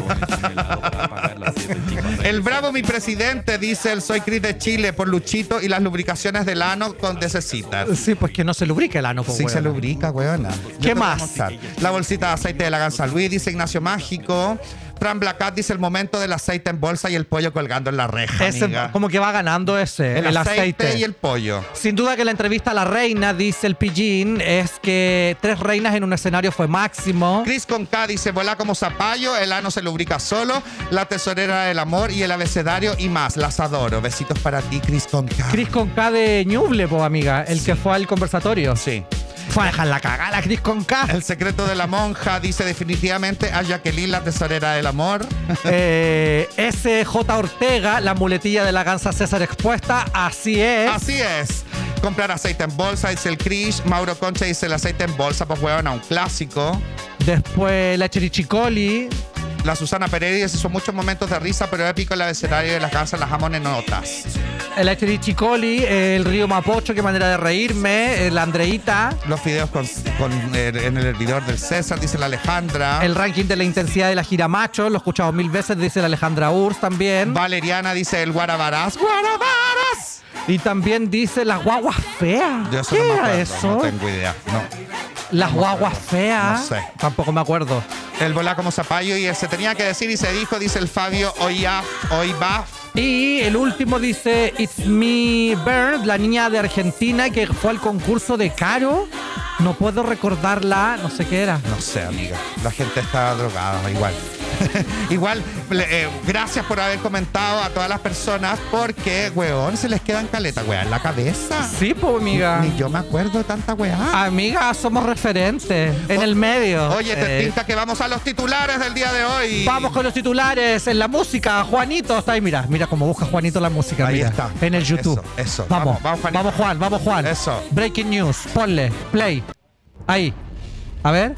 S2: El bravo mi presidente, dice el Soy Cris de Chile, por Luchito y las lubricaciones del ano con necesitas.
S1: Sí, pues que no se lubrique el ano, po
S2: Sí, se
S1: weona.
S2: lubrica, weona. Yo te
S1: ¿Qué
S2: voy a
S1: más?
S2: mostrar. La bolsita de aceite de la Gansa Luis, dice Ignacio Mágico. Fran Blacat dice el momento del aceite en bolsa y el pollo colgando en la reja.
S1: Ese,
S2: amiga.
S1: como que va ganando ese, el,
S2: el, aceite,
S1: aceite.
S2: y el pollo.
S1: Sin duda que la entrevista a la reina, dice el pillín, es que tres reinas en un escenario fue máximo.
S2: Chris con K dice, vuela como zapallo, el ano se lubrica solo, la tesorera del amor y el abecedario y más. Las adoro. Besitos para ti, Chris con K.
S1: Cris con K de Ñuble, po, amiga, el que fue al conversatorio.
S2: Sí.
S1: Fue a dejar la cagada la Cris con K.
S2: El secreto de la monja dice definitivamente a Jacqueline, la tesorera del amor.
S1: Eh, SJ Ortega, la muletilla de la gansa César expuesta, así es.
S2: Así es. Comprar aceite en bolsa, dice el Chris. Mauro Concha dice el aceite en bolsa, pues huevona, un clásico.
S1: Después la Chirichicoli,
S2: La Susana Pereira dice, son muchos momentos de risa, pero épico el abecedario de las gansas, las amo en notas.
S1: la Chirichicoli, eh, el río Mapocho, qué manera de reírme, eh, la Andreita,
S2: Los videos con, con- eh, en el hervidor del César, dice la Alejandra.
S1: el ranking de la intensidad de la gira macho, lo he escuchado mil veces, dice la Alejandra Urs también.
S2: Valeriana dice el Guarabarás. ¡Guarabarás!
S1: Y también dice las guaguas feas.
S2: Yo eso
S1: ¿Qué
S2: no me
S1: era
S2: acuerdo,
S1: eso?
S2: No tengo idea. No.
S1: Las guaguas feas.
S2: No sé.
S1: Tampoco me acuerdo.
S2: El volá como zapallo y el se tenía que decir y se dijo, dice el Fabio, hoy ya, hoy va.
S1: Y el último dice It's Me Bird, la niña de Argentina que fue al concurso de Caro. No puedo recordarla, no sé qué era.
S2: No sé, amiga. La gente está drogada, igual. igual, le- eh, gracias por haber comentado a todas las personas porque, weón, se les quedan caletas, weón, en la cabeza.
S1: Sí, Ah, pues amiga.
S2: Ni yo me acuerdo de tanta weá.
S1: Amiga, somos referentes en el medio.
S2: Oye, te
S1: Eh,
S2: pinta que vamos a los titulares del día de hoy.
S1: Vamos con los titulares en la música. Juanito está ahí, mira, mira cómo busca Juanito la música.
S2: Ahí
S1: mira,
S2: está.
S1: En el YouTube.
S2: Eso, eso.
S1: Vamos,
S2: Vamos, vamos, Juanito.
S1: vamos, Juan, vamos, Juan.
S2: Eso.
S1: Breaking news, ponle, play. Ahí. A ver.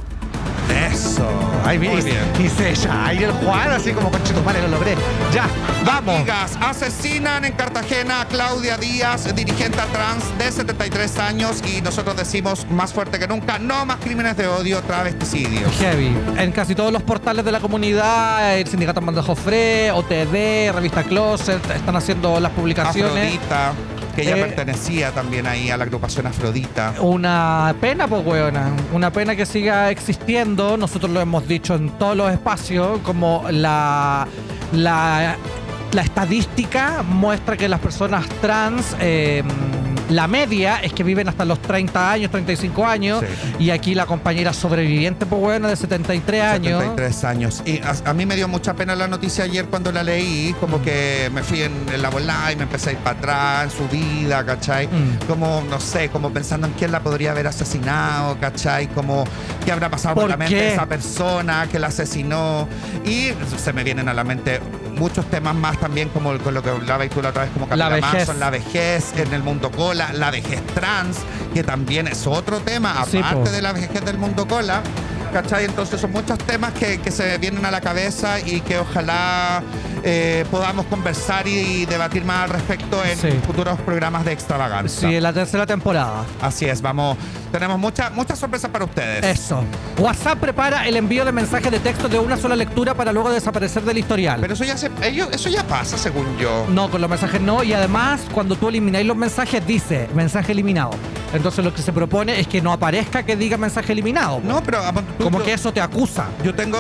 S2: Eso.
S1: Ahí
S2: Muy
S1: viene.
S2: bien.
S1: Dice ella, ahí el Juan, así como con madre, lo logré. Ya, vamos.
S2: Amigas, asesinan en Cartagena a Claudia Díaz, dirigente trans de 73 años, y nosotros decimos más fuerte que nunca, no más crímenes de odio, travesticidio.
S1: Heavy. En casi todos los portales de la comunidad, el sindicato Amanda Jofre, OTD, Revista Closet, están haciendo las publicaciones.
S2: Afrodita, que ella
S1: Eh,
S2: pertenecía también ahí a la agrupación Afrodita.
S1: Una pena, pues, weona. Una pena que siga existiendo. Nosotros lo hemos dicho en todos los espacios, como la, la, la estadística muestra que las personas trans, eh, la media es que viven hasta los 30 años, 35 años. Y aquí la compañera sobreviviente, pues, weona, de 73 años.
S2: 73 años. Y a, a mí me dio mucha pena la noticia ayer cuando la leí, como que me fui en, en la volada y me empecé a ir para atrás, en su vida, ¿cachai?
S1: Mm.
S2: Como, no sé, como pensando en quién la podría haber asesinado, ¿cachai? Como qué habrá pasado por,
S1: ¿Por
S2: la mente
S1: qué?
S2: de esa persona que la asesinó. Y se me vienen a la mente muchos temas más también, como el- con lo que hablabas tú la otra vez, como
S1: La
S2: Camila
S1: vejez.
S2: Manson, la vejez en el mundo cola, la vejez trans, que también es otro tema,
S1: Sí,
S2: aparte
S1: po.
S2: de la vejez del mundo cola. ¿Cachai? Entonces son muchos temas que, que se vienen a la cabeza y que ojalá eh, podamos conversar y, debatir más al respecto en
S1: Sí.
S2: futuros programas de extravaganza.
S1: Sí, en la tercera temporada.
S2: Así es, vamos. Tenemos muchas muchas sorpresas para ustedes.
S1: Eso. WhatsApp prepara el envío de mensajes de texto de una sola lectura para luego desaparecer del historial.
S2: Pero eso ya, se, ello- eso ya pasa, según yo.
S1: No, con los mensajes no. Y además, cuando tú elimináis los mensajes, dice mensaje eliminado. Entonces lo que se propone es que no aparezca que diga mensaje eliminado. po.
S2: No, pero ah, pon tú-
S1: Como
S2: yo-
S1: que eso te acusa.
S2: Yo tengo,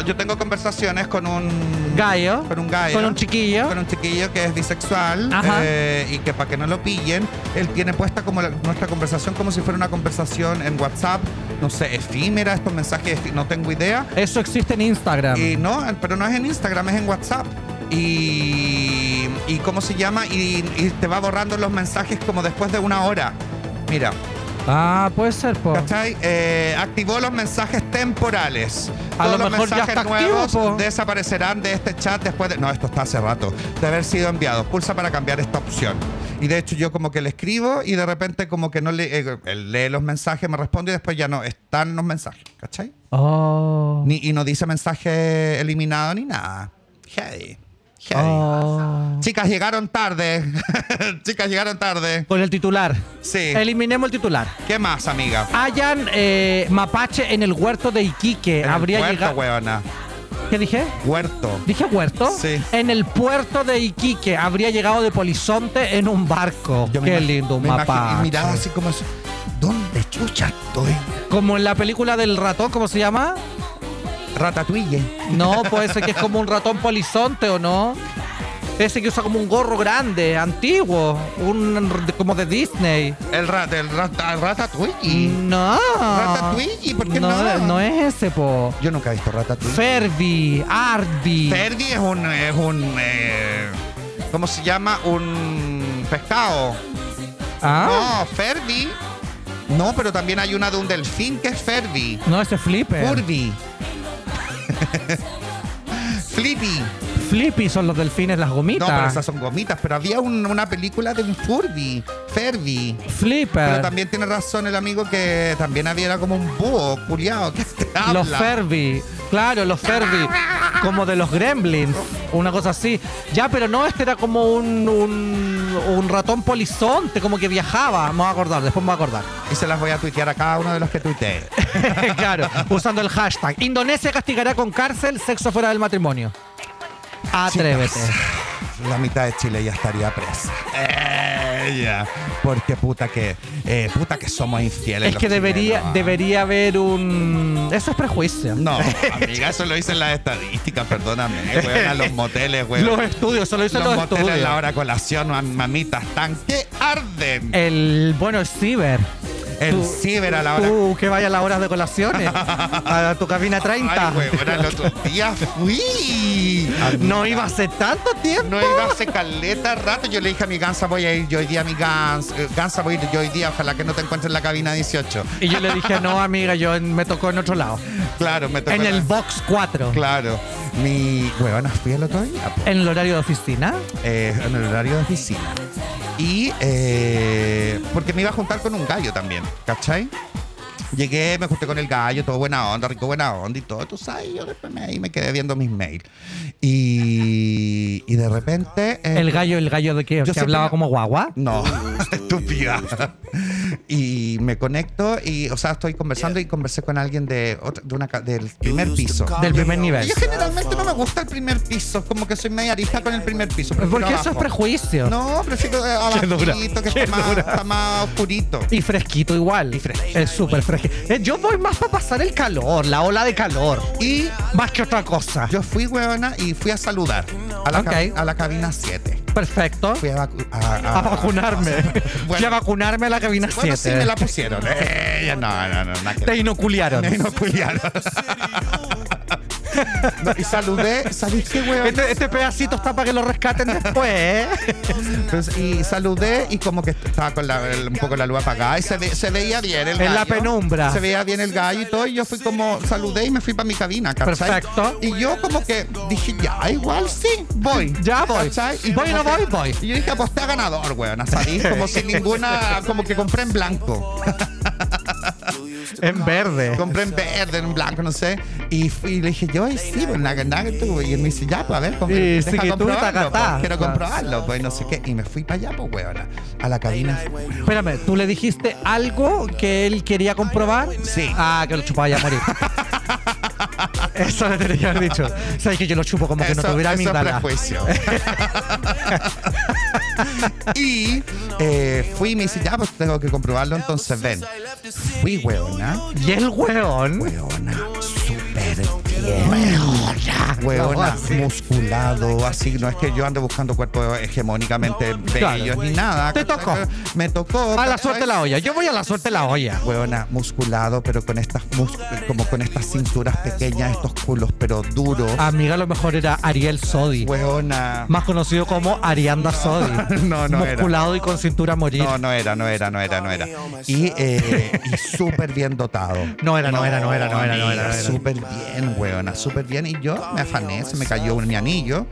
S2: mm, yo tengo conversaciones con un
S1: Gallo.
S2: con un gallo,
S1: Con un chiquillo.
S2: con un chiquillo que es bisexual
S1: Ajá.
S2: eh, y que para que no lo pillen, él tiene puesta como la- nuestra conversación como si fuera una conversación en WhatsApp, no sé, efímera, estos mensajes, efí- no tengo idea. eh,
S1: Eso existe en Instagram.
S2: Y no, pero no es en Instagram, es en WhatsApp. y, y ¿cómo se llama? Y, y te va borrando los mensajes como después de una hora. Mira,
S1: Ah, puede ser, po.
S2: ¿cachai? Eh, activó los mensajes temporales.
S1: A
S2: Todos
S1: lo
S2: los
S1: mejor ya
S2: mensajes
S1: está activo,
S2: nuevos
S1: po.
S2: desaparecerán de este chat después de... No, esto está hace rato. De haber sido enviado. Pulsa para cambiar esta opción. Y de hecho yo como que le escribo y de repente como que no le... eh, él lee los mensajes, me responde y después ya no están los mensajes, ¿cachai?
S1: Oh.
S2: Ni- y no dice mensaje eliminado ni nada. Hey. Hey.
S1: Oh.
S2: Chicas, llegaron tarde. Chicas, llegaron tarde.
S1: Con el titular.
S2: Sí.
S1: Eliminemos el titular.
S2: ¿Qué más, amiga?
S1: Hayan eh, mapache en el huerto de Iquique.
S2: En el
S1: Habría
S2: huerto,
S1: llegado.
S2: huevona.
S1: ¿Qué dije?
S2: Huerto.
S1: ¿Dije huerto?
S2: Sí.
S1: En el puerto de Iquique habría llegado de Polizonte en un barco.
S2: Yo me
S1: Qué
S2: imag-
S1: lindo un
S2: me imagino-
S1: mapa.
S2: Y miraba así como así, ¿Dónde chucha estoy?
S1: Como en la película del ratón, ¿cómo se llama?
S2: Ratatouille.
S1: No, puede ser que es como un ratón polizonte o no. Ese que usa como un gorro grande, antiguo, un como de Disney.
S2: El rat, el rat, el ratatouille.
S1: No.
S2: Mm. Ratatouille, ¿por qué no?
S1: Mm. No es ese, po.
S2: Yo nunca he visto ratatouille.
S1: Ferdi, Ardi.
S2: Ferdi es un es un eh, ¿cómo se llama? Un pescado.
S1: ah,
S2: No, Ferdi. No, pero también hay una de un delfín que es Ferdi.
S1: no, ese es Flipper.
S2: Furby. Flippy.
S1: Flippy son los delfines, las
S2: No, pero
S1: gomitas.
S2: esas son gomitas. Pero había un- una película de un Furby. Ferdi. Pero
S1: Flipper.
S2: también tiene razón el amigo que también había era como un búho culiado que te habla.
S1: Los Ferbi, claro, los Ferbi, como de los Gremlins, una cosa así. Ya, pero no, este era como un, un, un ratón polizonte, como que viajaba. Me voy a acordar, después me voy a acordar.
S2: Y se las voy a tuitear a cada uno de los que tuiteé.
S1: claro, usando el hashtag. Indonesia castigará con cárcel sexo fuera del matrimonio. Atrévete.
S2: La mitad de Chile ya estaría presa. Eh, ya. Porque puta que, eh, puta que somos infieles.
S1: Es
S2: los
S1: que debería,
S2: chilenos.
S1: debería haber un... Eso es prejuicio.
S2: No, amiga, eso lo dicen las estadísticas, perdóname. eh, Weón, a los moteles, weón.
S1: Los estudios, solo dicen
S2: Los
S1: los,
S2: moteles,
S1: estudios.
S2: la hora colación, mam- mamitas, tan que arden.
S1: El, bueno, el ciber.
S2: El
S1: Tú-
S2: ciber a la hora
S1: Tú que vaya a las horas de colaciones, a tu cabina 30.
S2: Ay, huevona, el otro día fui.
S1: no iba a ser tanto tiempo.
S2: No iba hace caleta rato. Yo le dije a mi gansa, voy a ir yo hoy día, mi gans. eh, Gansa, voy a ir yo hoy día. Ojalá que no te encuentres en la cabina 18.
S1: Y yo le dije, no, amiga, yo en- me tocó en otro lado.
S2: Claro, me tocó
S1: en
S2: la-
S1: el box 4.
S2: Claro. Mi huevona, fui el otro día. pues. po.
S1: En el horario de oficina.
S2: Eh, en el horario de oficina. Y eh, porque me iba a juntar con un gallo también, ¿cachai? Llegué, me junté con el gallo, todo buena onda, rico buena onda y todo, tú sabes, yo después me, ahí me quedé viendo mis mails. Y, y de repente... eh,
S1: El gallo, el gallo de que, que
S2: siempre-
S1: hablaba como guagua.
S2: No, estúpida. Y me conecto y, o sea, estoy conversando y conversé con alguien de, otra- de una, ca- del primer piso.
S1: Del primer nivel.
S2: Y Yo generalmente no me gusta el primer piso, como que soy media arista con el primer piso. prefiero
S1: Porque eso es
S2: abajo.
S1: prejuicio.
S2: No, prefiero eh,
S1: Qué dura,
S2: abajito, que
S1: qué
S2: está más,
S1: dura.
S2: está más oscurito.
S1: Y fresquito igual. Es súper fresquito. Eh, yo voy más para pasar el calor, la ola de calor.
S2: Y
S1: Más que otra cosa.
S2: yo fui, huevona, y fui a saludar a la,
S1: Ok.
S2: cabi- a la cabina 7.
S1: Perfecto.
S2: Fui a, vacu-
S1: A vacunarme. Fui a
S2: Bueno,
S1: vacunarme a la cabina
S2: bueno, sí
S1: 7.
S2: me la pusieron. Eh, ya no, no, no. nada que
S1: Te inocularon.
S2: Me inocularon. No, y saludé, ¿sabes qué, weón?
S1: Este, este pedacito está para que lo rescaten después, ¿eh?
S2: Entonces, y saludé y como que estaba con la- el- un poco la luz apagada y se, ve- se veía bien el gallo.
S1: En la penumbra.
S2: Se veía bien el gallo y todo. Y yo fui como, saludé y me fui para mi cabina, ¿cachai?
S1: Perfecto.
S2: Y yo como que dije, ya, igual sí, voy.
S1: Ya voy.
S2: ¿Cachai?
S1: Voy o no
S2: como que-
S1: voy, voy.
S2: Y yo dije, aposté a ganador, weón. Salí como sin ninguna, como que compré en blanco.
S1: En verde.
S2: Compré en verde, en blanco, no sé. Y fui y le dije, yo, ay, sí, pues nada, nada que tú. Y él me dice, ya, pues a ver, compra-
S1: Y
S2: deja
S1: sí que tú
S2: comprobarlo,
S1: tacatá.
S2: pues, quiero
S1: Claro.
S2: comprobarlo, pues y no sé qué. Y me fui para allá, pues, weona, a la cabina.
S1: Espérame, ¿tú le dijiste algo que él quería comprobar?
S2: Sí.
S1: Ah, que lo chupaba ya a morir. Eso le tenía que haber dicho. Sabes que yo lo chupo como que no tuviera
S2: eso es
S1: amígdala.
S2: prejuicio. y eh, fui y me dice, ya, pues tengo que comprobarlo, entonces ven. Fui, weona,
S1: Y el weón.
S2: weona, súper bien. Mejora. Huevona,
S1: así.
S2: musculado, así. No es que yo ando buscando cuerpos hegemónicamente
S1: Claro.
S2: bellos ni nada.
S1: Te
S2: ¿cachai?
S1: tocó.
S2: Me tocó.
S1: A la
S2: ¿cachai?
S1: suerte la olla. Yo voy a la suerte la olla.
S2: Huevona, musculado, pero con estas mus- como con estas cinturas pequeñas, estos culos, pero duros.
S1: Amiga, a lo mejor era Ariel Sodi.
S2: Huevona.
S1: Más conocido como Arianda Sodi.
S2: No, no era.
S1: Musculado y con cintura a morir.
S2: No, no era, no era, no era, no era. Y, eh, y súper bien dotado.
S1: No era, no era, no era, no era, no era, no era.
S2: Súper bien, weona, súper bien. Y yo me afané, se me cayó un- mi anillo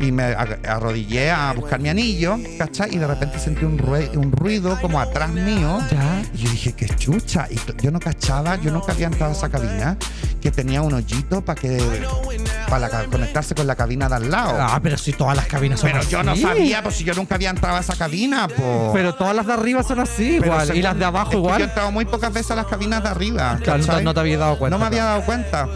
S2: y me ag- arrodillé a buscar mi anillo, ¿cachai? Y de repente sentí un, rue- un ruido como atrás mío.
S1: Ya.
S2: Y yo dije, qué chucha. Y t- yo no cachaba, yo nunca había entrado a esa cabina que tenía un hoyito para que para la ca- conectarse con la cabina de al lado.
S1: Ah, pero si todas las cabinas son
S2: Pero yo no
S1: así.
S2: sabía, pues si yo nunca había entrado a esa cabina, pues.
S1: Pero todas las de arriba son así
S2: Pero
S1: igual. Y
S2: según-
S1: las de
S2: es
S1: abajo
S2: que Yo he
S1: igual.
S2: entrado muy pocas veces a las cabinas de arriba.
S1: Claro, no te-
S2: ¿cachai?
S1: no te habías dado cuenta.
S2: No me había dado cuenta.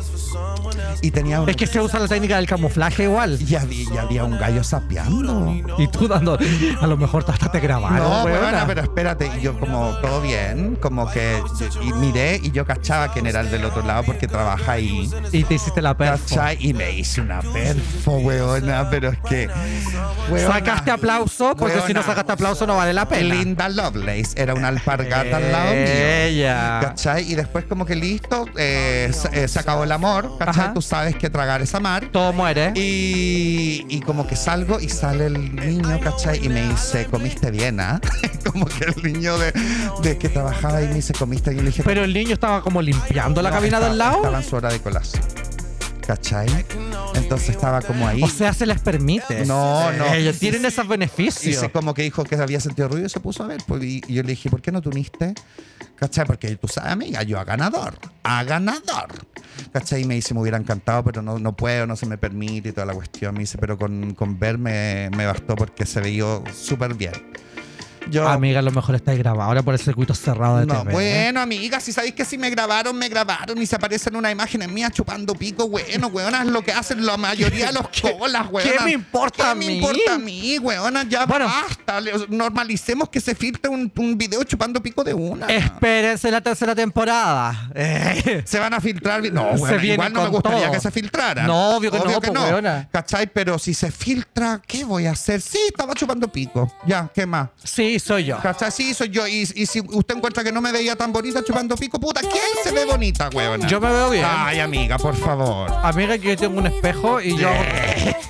S2: Y tenía un.
S1: Es que se usa la técnica del camuflaje igual.
S2: Y había, y había un gallo sapeando.
S1: Y tú dando. A lo mejor hasta te grabaron.
S2: no,
S1: weona.
S2: weona, pero espérate. Y yo, como, todo bien. Como que. Y miré y yo cachaba quién era el del otro lado porque trabaja ahí.
S1: Y te hiciste la percha.
S2: ¿Cachai? Y me hice una perfo, weona. Pero es que. weona,
S1: Sacaste aplauso, porque si no
S2: weona,
S1: sacaste aplauso no vale la pena.
S2: Linda Lovelace era una alpargata al lado
S1: Eh.
S2: mío.
S1: Ella.
S2: ¿Cachai? Y después como que listo, eh, se, eh, se acabó el amor, ¿cachai?
S1: Ajá.
S2: Tú sabes que tragar es amar.
S1: Todo muere.
S2: Y, y como que salgo y sale el niño, ¿cachai? Y me dice, comiste bien, ¿ah? como que el niño de, de que trabajaba ahí me dice, comiste bien. Y le dije,
S1: Pero el niño estaba como limpiando la
S2: "No,
S1: cabina
S2: estaba-
S1: del lado.
S2: Estaba en su hora de colación, ¿cachai? Entonces estaba como ahí.
S1: O sea, se les permite.
S2: No, no.
S1: Ellos tienen esos
S2: Y se-
S1: beneficios.
S2: como que dijo que había sentido ruido y se puso a ver. pues, y, y yo le dije, ¿por qué no te uniste? ¿Cachai? Porque tú sabes, amiga, yo a ganador, a ganador. ¿Cachai? Y me dice, me hubiera encantado, pero no, no puedo, no se me permite y toda la cuestión. Me dice, pero con, con verme me bastó porque se veía súper bien. Yo,
S1: Amiga, a lo mejor estáis grabado ahora por el circuito cerrado de
S2: no,
S1: TV.
S2: bueno, amiga, si sabéis que si me grabaron, me grabaron y se aparecen unas imágenes mías chupando pico, bueno, weonas, lo que hacen la mayoría de los colas, weonas.
S1: qué me importa
S2: ¿Qué
S1: a
S2: me
S1: mí?
S2: importa a mí, weonas? Ya
S1: Bueno.
S2: basta, le- normalicemos que se filtre un, un video chupando pico de una.
S1: Espérense la tercera temporada. Eh,
S2: se van a filtrar. vi- No,
S1: Se
S2: weona,
S1: viene
S2: igual no me
S1: con
S2: gustaría
S1: todo.
S2: que se filtrara.
S1: No, obvio que no, po, weona.
S2: ¿Cachai? Pero si se filtra, ¿qué voy a hacer? Sí, estaba chupando pico. Ya, ¿qué más?
S1: sí, soy yo.
S2: ¿Cachai? Sí, soy yo. Y, y si usted encuentra que no me veía tan bonita chupando pico, puta, ¿quién se ve bonita, huevona?
S1: Yo me veo bien.
S2: Ay, amiga, por favor.
S1: Amiga, que yo tengo un espejo y yo hago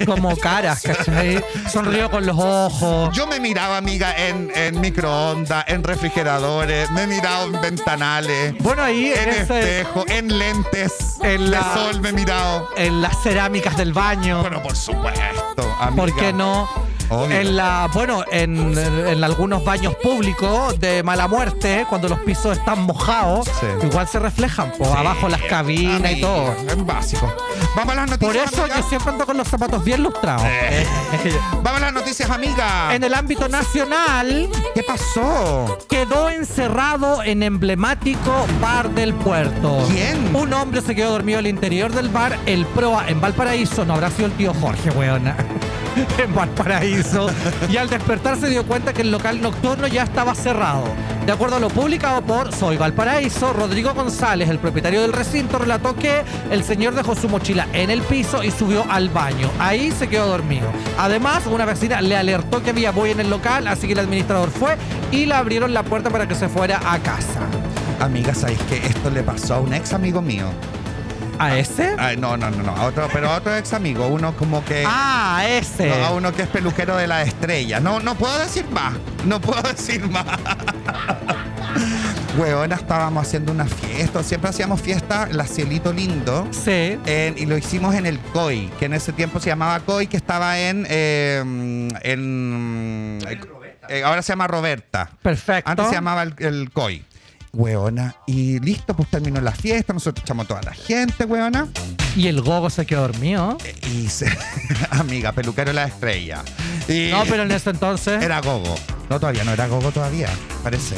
S1: como caras, ¿cachai? Sonrío con los ojos.
S2: Yo me miraba, amiga, en, en microondas, en refrigeradores, me he mirado en ventanales,
S1: Bueno, ahí
S2: en
S1: en, ese-
S2: espejo, en lentes,
S1: En
S2: en la...
S1: la-
S2: sol me he mirado.
S1: en las cerámicas del baño.
S2: Bueno, por supuesto, amiga.
S1: ¿Por qué no?
S2: Obvio.
S1: En la, bueno, en, en algunos baños públicos de mala muerte, cuando los pisos están mojados,
S2: Sí.
S1: igual se reflejan por abajo las cabinas y
S2: Amiga,
S1: todo.
S2: Es básico. Vamos a las noticias.
S1: Por eso
S2: amiga.
S1: yo siempre ando con los zapatos bien lustrados.
S2: Vamos a las noticias, amiga.
S1: En el ámbito nacional,
S2: ¿Qué pasó?
S1: quedó encerrado en emblemático bar del puerto.
S2: ¿Quién?
S1: Un hombre se quedó dormido al interior del bar, el proa en Valparaíso, no habrá sido el tío Jorge, weona. En Valparaíso. Y al despertar se dio cuenta que el local nocturno ya estaba cerrado. De acuerdo a lo publicado por Soy Valparaíso, Rodrigo González, el propietario del recinto, relató que el señor dejó su mochila en el piso y subió al baño. Ahí se quedó dormido. Además, una vecina le alertó que había buey en el local, así que el administrador fue y le abrieron la puerta para que se fuera a casa.
S2: Amiga, ¿sabéis que esto le pasó a un ex amigo mío?
S1: ¿A ese?
S2: Ay, no, no, no, no. A otro, pero a otro ex amigo, uno como que.
S1: Ah, a ese.
S2: no, a uno que es peluquero de la estrella. No, no puedo decir más. No puedo decir más. Huevona, estábamos haciendo una fiesta. Siempre hacíamos fiesta, la Cielito Lindo.
S1: Sí.
S2: en- y lo hicimos en el COI, que en ese tiempo se llamaba COI, que estaba en. eh, en eh, ahora se llama Roberta.
S1: Perfecto.
S2: Antes se llamaba el, el COI. Hueona. Y listo, pues terminó la fiesta, nosotros echamos a toda la gente, hueona.
S1: Y el gogo se quedó dormido.
S2: Y se, amiga, peluquero la estrella. Y
S1: No, pero en ese entonces.
S2: era Gogo. No, todavía no era Gogo todavía, parece.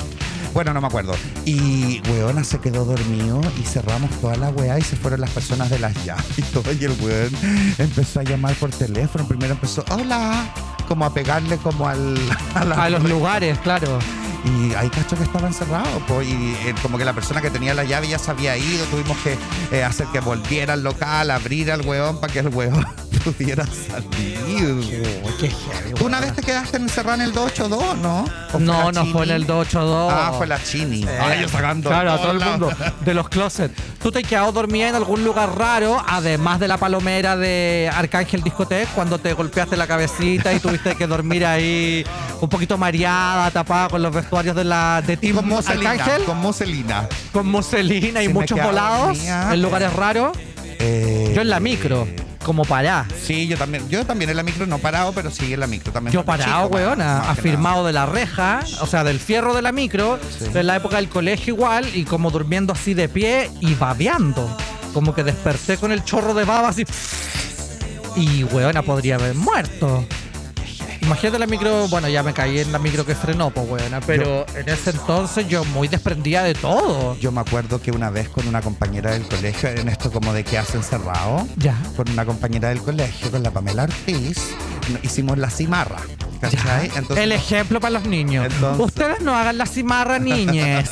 S2: Bueno, no me acuerdo. Y weona se quedó dormido y cerramos toda la weá y se fueron las personas de las llaves y todo. Y el weón empezó a llamar por teléfono. Primero empezó, hola, como a pegarle como al, a la-
S1: A los lugares, claro.
S2: Y ahí cacho que estaba encerrado, pues, y eh, como que la persona que tenía la llave ya se había ido, tuvimos que eh, hacer que volviera al local, abrir al weón para que el weón pudiera salir.
S1: qué heavy,
S2: Tú una
S1: weona.
S2: vez te quedaste encerrado en el 282, ¿no? ¿O fue
S1: No,
S2: la
S1: no fue en
S2: Chini?
S1: el 282.
S2: Ah, fue la chini. Ay, yo sacando.
S1: Eh, Claro, a
S2: por
S1: todo el
S2: la-
S1: mundo. De los closets. ¿Tú te has quedado dormida en algún lugar raro, además de la palomera de Arcángel Discotec, cuando te golpeaste la cabecita y tuviste que dormir ahí un poquito mareada, tapada con los vestuarios de, la, de
S2: Y
S1: Team
S2: con Moselina.
S1: Arcángel? Con,
S2: Con Moselina.
S1: muselina y
S2: Sí, me
S1: muchos
S2: quedaba
S1: volados
S2: dormida.
S1: en lugares raros.
S2: Eh,
S1: Yo en la micro, como pará.
S2: Sí, yo también. Yo también en la micro, no parado, pero sí en la micro también.
S1: Yo
S2: cuando
S1: parado,
S2: chico,
S1: weona,
S2: más que nada.
S1: afirmado de la reja, o sea, del fierro de la micro,
S2: Sí.
S1: de la época del colegio igual, y como durmiendo así de pie y babeando. Como que desperté con el chorro de baba así. Y, weona, podría haber muerto. Imagínate la micro, bueno, ya me caí en la micro que frenó, pues, weona, pero en ese entonces yo muy desprendía de todo.
S2: Yo me acuerdo que una vez con una compañera del colegio, en esto como de que hacen cerrado,
S1: Ya.
S2: con una compañera del colegio, con la Pamela Ortiz, no- hicimos la cimarra. ¿Cachai?
S1: el
S2: no-
S1: ejemplo para los niños.
S2: Entonces-
S1: Ustedes no hagan la cimarra, niñes.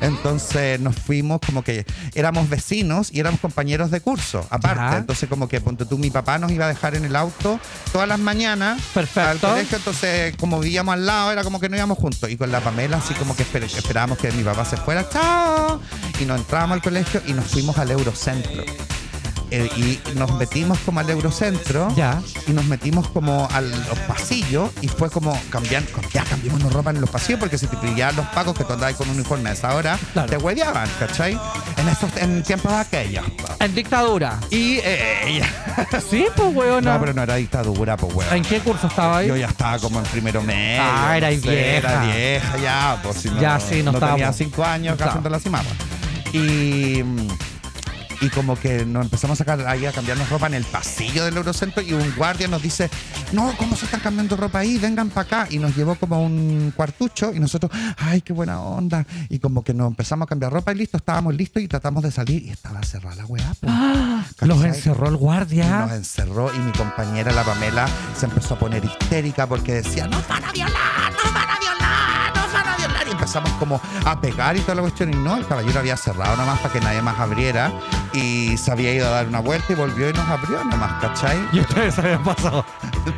S2: Entonces nos fuimos como que éramos vecinos y éramos compañeros de curso, aparte.
S1: Ya.
S2: Entonces como que ponte tú, mi papá nos iba a dejar en el auto todas las mañanas
S1: Perfecto.
S2: al colegio. Entonces como vivíamos al lado, era como que no íbamos juntos. Y con la Pamela así como que esper- esperábamos que mi papá se fuera, chao. Y nos entrábamos al colegio y nos fuimos al Eurocentro. Eh, y nos metimos como al Eurocentro
S1: Ya.
S2: y nos metimos como a los pasillos y fue como cambiar, ya cambiémonos ropa en los pasillos porque si te pillaban los pacos que tú andabas con un uniforme a esa hora,
S1: Claro.
S2: te hueveaban, ¿cachai? En esos en tiempos aquellos. pa.
S1: En dictadura.
S2: Y eh, ella-
S1: Sí, pues, weona.
S2: no. pero no era dictadura, pues
S1: ¿En
S2: weón.
S1: qué curso estaba ahí?
S2: Yo ya estaba como en primero medio.
S1: Ah, era
S2: no sé,
S1: vieja.
S2: Era vieja, ya, pues si no,
S1: Ya, sí, no
S2: tenía
S1: estábamos.
S2: cinco años
S1: No
S2: cazando la cimarra. Y, y como que nos empezamos a, sacar, ahí a cambiarnos ropa en el pasillo del Eurocentro y un guardia nos dice, no, ¿cómo se están cambiando ropa ahí? Vengan para acá. Y nos llevó como a un cuartucho y nosotros, ay, qué buena onda. Y como que nos empezamos a cambiar ropa y listo, estábamos listos y tratamos de salir y estaba cerrada la weá. pues.
S1: Ah, Los
S2: ¿Cachai?
S1: encerró
S2: Y
S1: el
S2: nos
S1: guardia.
S2: encerró y mi compañera, la Pamela, se empezó a poner histérica porque decía, nos van a violar, nos van a violar, nos van a violar. Y empezamos como a pegar y toda la cuestión. Y no, el caballero había cerrado nomás para que nadie más abriera. Y se había ido a dar una vuelta y volvió y nos abrió nomás, ¿cachai?
S1: Y ustedes habían pasado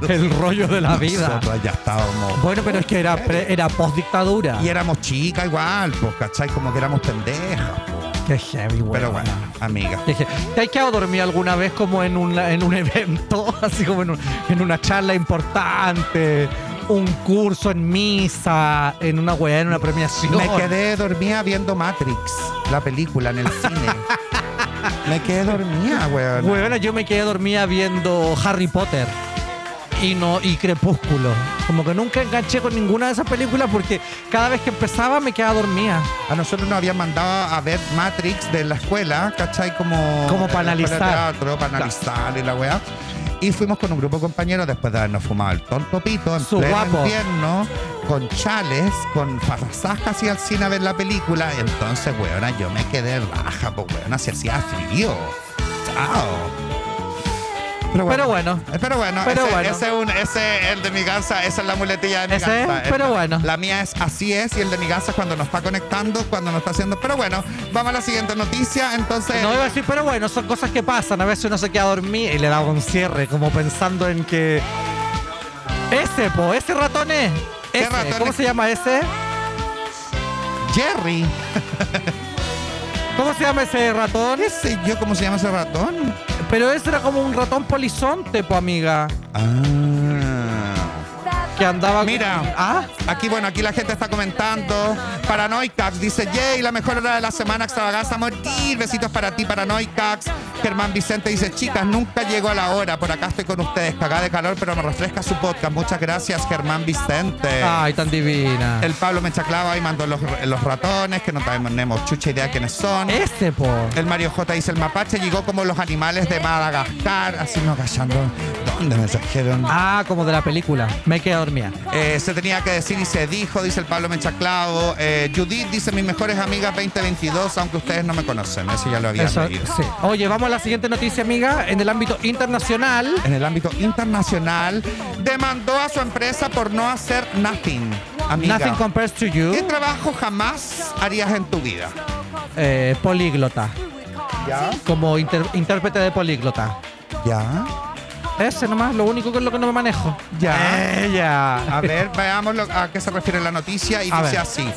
S1: el rollo de la vida.
S2: Nosotras ya estábamos...
S1: Bueno, pero es que era, pre- era post dictadura.
S2: Y éramos chicas igual, pues, ¿cachai? Como que éramos pendejas, pues.
S1: Qué heavy, güey.
S2: Pero bueno, amiga.
S1: Qué heavy. ¿Te has quedado dormida alguna vez como en un, en un evento? Así como en, un- en una charla importante, un curso en misa, en una weá, en una premiación.
S2: Me quedé dormida viendo Matrix, la película en el cine. Me quedé dormida, weón.
S1: Weona, yo me quedé dormida viendo Harry Potter y no y Crepúsculo. Como que nunca enganché con ninguna de esas películas porque cada vez que empezaba me quedaba dormida.
S2: A nosotros nos habían mandado a ver Matrix de la escuela, ¿cachai? Como,
S1: Como para
S2: en la escuela de
S1: analizar.
S2: teatro, para analizar y la weá. Y fuimos con un grupo de compañeros después de habernos fumado el tonto pito en
S1: Su
S2: pleno
S1: guapo.
S2: invierno, con chales, con farrasas casi al cine a ver la película. Entonces, weona, yo me quedé raja, pues weona, se hacía frío. Chao.
S1: Pero bueno.
S2: Eh, Pero bueno,
S1: Pero
S2: ese,
S1: bueno.
S2: ese es un- ese es el de mi casa, esa es la muletilla de mi
S1: Ese
S2: casa.
S1: es,
S2: Esta-
S1: pero bueno.
S2: La mía es así es y el de mi casa es cuando nos está conectando, cuando nos está haciendo. Pero bueno, vamos a la siguiente noticia. Entonces,
S1: No iba a decir, pero bueno, son cosas que pasan. A veces uno se queda dormido y le da un cierre, como pensando en que. Ese, po, ese ratón es.
S2: ¿Qué
S1: Ese,
S2: ratón
S1: ¿Cómo
S2: es?
S1: se llama ese?
S2: Jerry,
S1: ¿Cómo se llama ese ratón?
S2: ¿qué sé yo cómo se llama ese ratón?
S1: Pero ese era como un ratón polizonte, po, amiga.
S2: Ah.
S1: Que andaba.
S2: Mira.
S1: ¿Ah?
S2: Aquí, bueno, aquí la gente está comentando. Paranoicax dice: Yay, la mejor hora de la semana, extravaganza a morir. Besitos para ti, Paranoicax. Germán Vicente dice: Chicas, nunca llego a la hora. Por acá estoy con ustedes. Cagada de calor, pero me refresca su podcast. Muchas gracias, Germán Vicente.
S1: Ay, tan divina.
S2: Eh. El Pablo Mechaclava ahí mandó los, los ratones, que no tenemos chucha idea quiénes son.
S1: Ese, po.
S2: El Mario J dice, el mapache llegó como los animales de Madagascar, así no callando. ¿Dónde me trajeron?
S1: Ah, como de la película. Me quedé dormida.
S2: Eh, se tenía que decir y se dijo, dice el Pablo Menchaclavo. Eh, Judith dice, mis mejores amigas 2022, aunque ustedes no me conocen. Eso ya lo había
S1: Eso,
S2: leído.
S1: sí. Oye, vamos a la siguiente noticia, amiga. En el ámbito internacional.
S2: En el ámbito internacional, demandó a su empresa por no hacer nothing. Amiga,
S1: Nothing compares to you.
S2: ¿qué trabajo jamás harías en tu vida?
S1: Eh, políglota.
S2: Ya.
S1: Como inter- intérprete de políglota.
S2: Ya.
S1: Ese nomás, lo único con lo que no me manejo.
S2: Ya.
S1: Eh, Ella.
S2: A ver, veamos lo- a qué se refiere la noticia y
S1: A
S2: dice
S1: ver.
S2: así.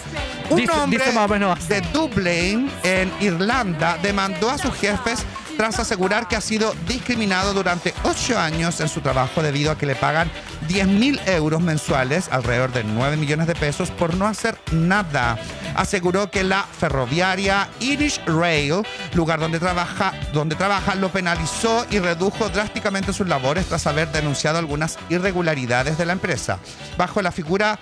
S2: Un
S1: Dice-
S2: hombre
S1: dice más o menos así.
S2: de Dublín, en Irlanda, demandó a sus jefes tras asegurar que ha sido discriminado durante ocho años en su trabajo debido a que le pagan 10 mil euros mensuales, alrededor de 9 millones de pesos, por no hacer nada. Aseguró que la ferroviaria Irish Rail, lugar donde trabaja, donde trabaja, lo penalizó y redujo drásticamente sus labores tras haber denunciado algunas irregularidades de la empresa. Bajo la figura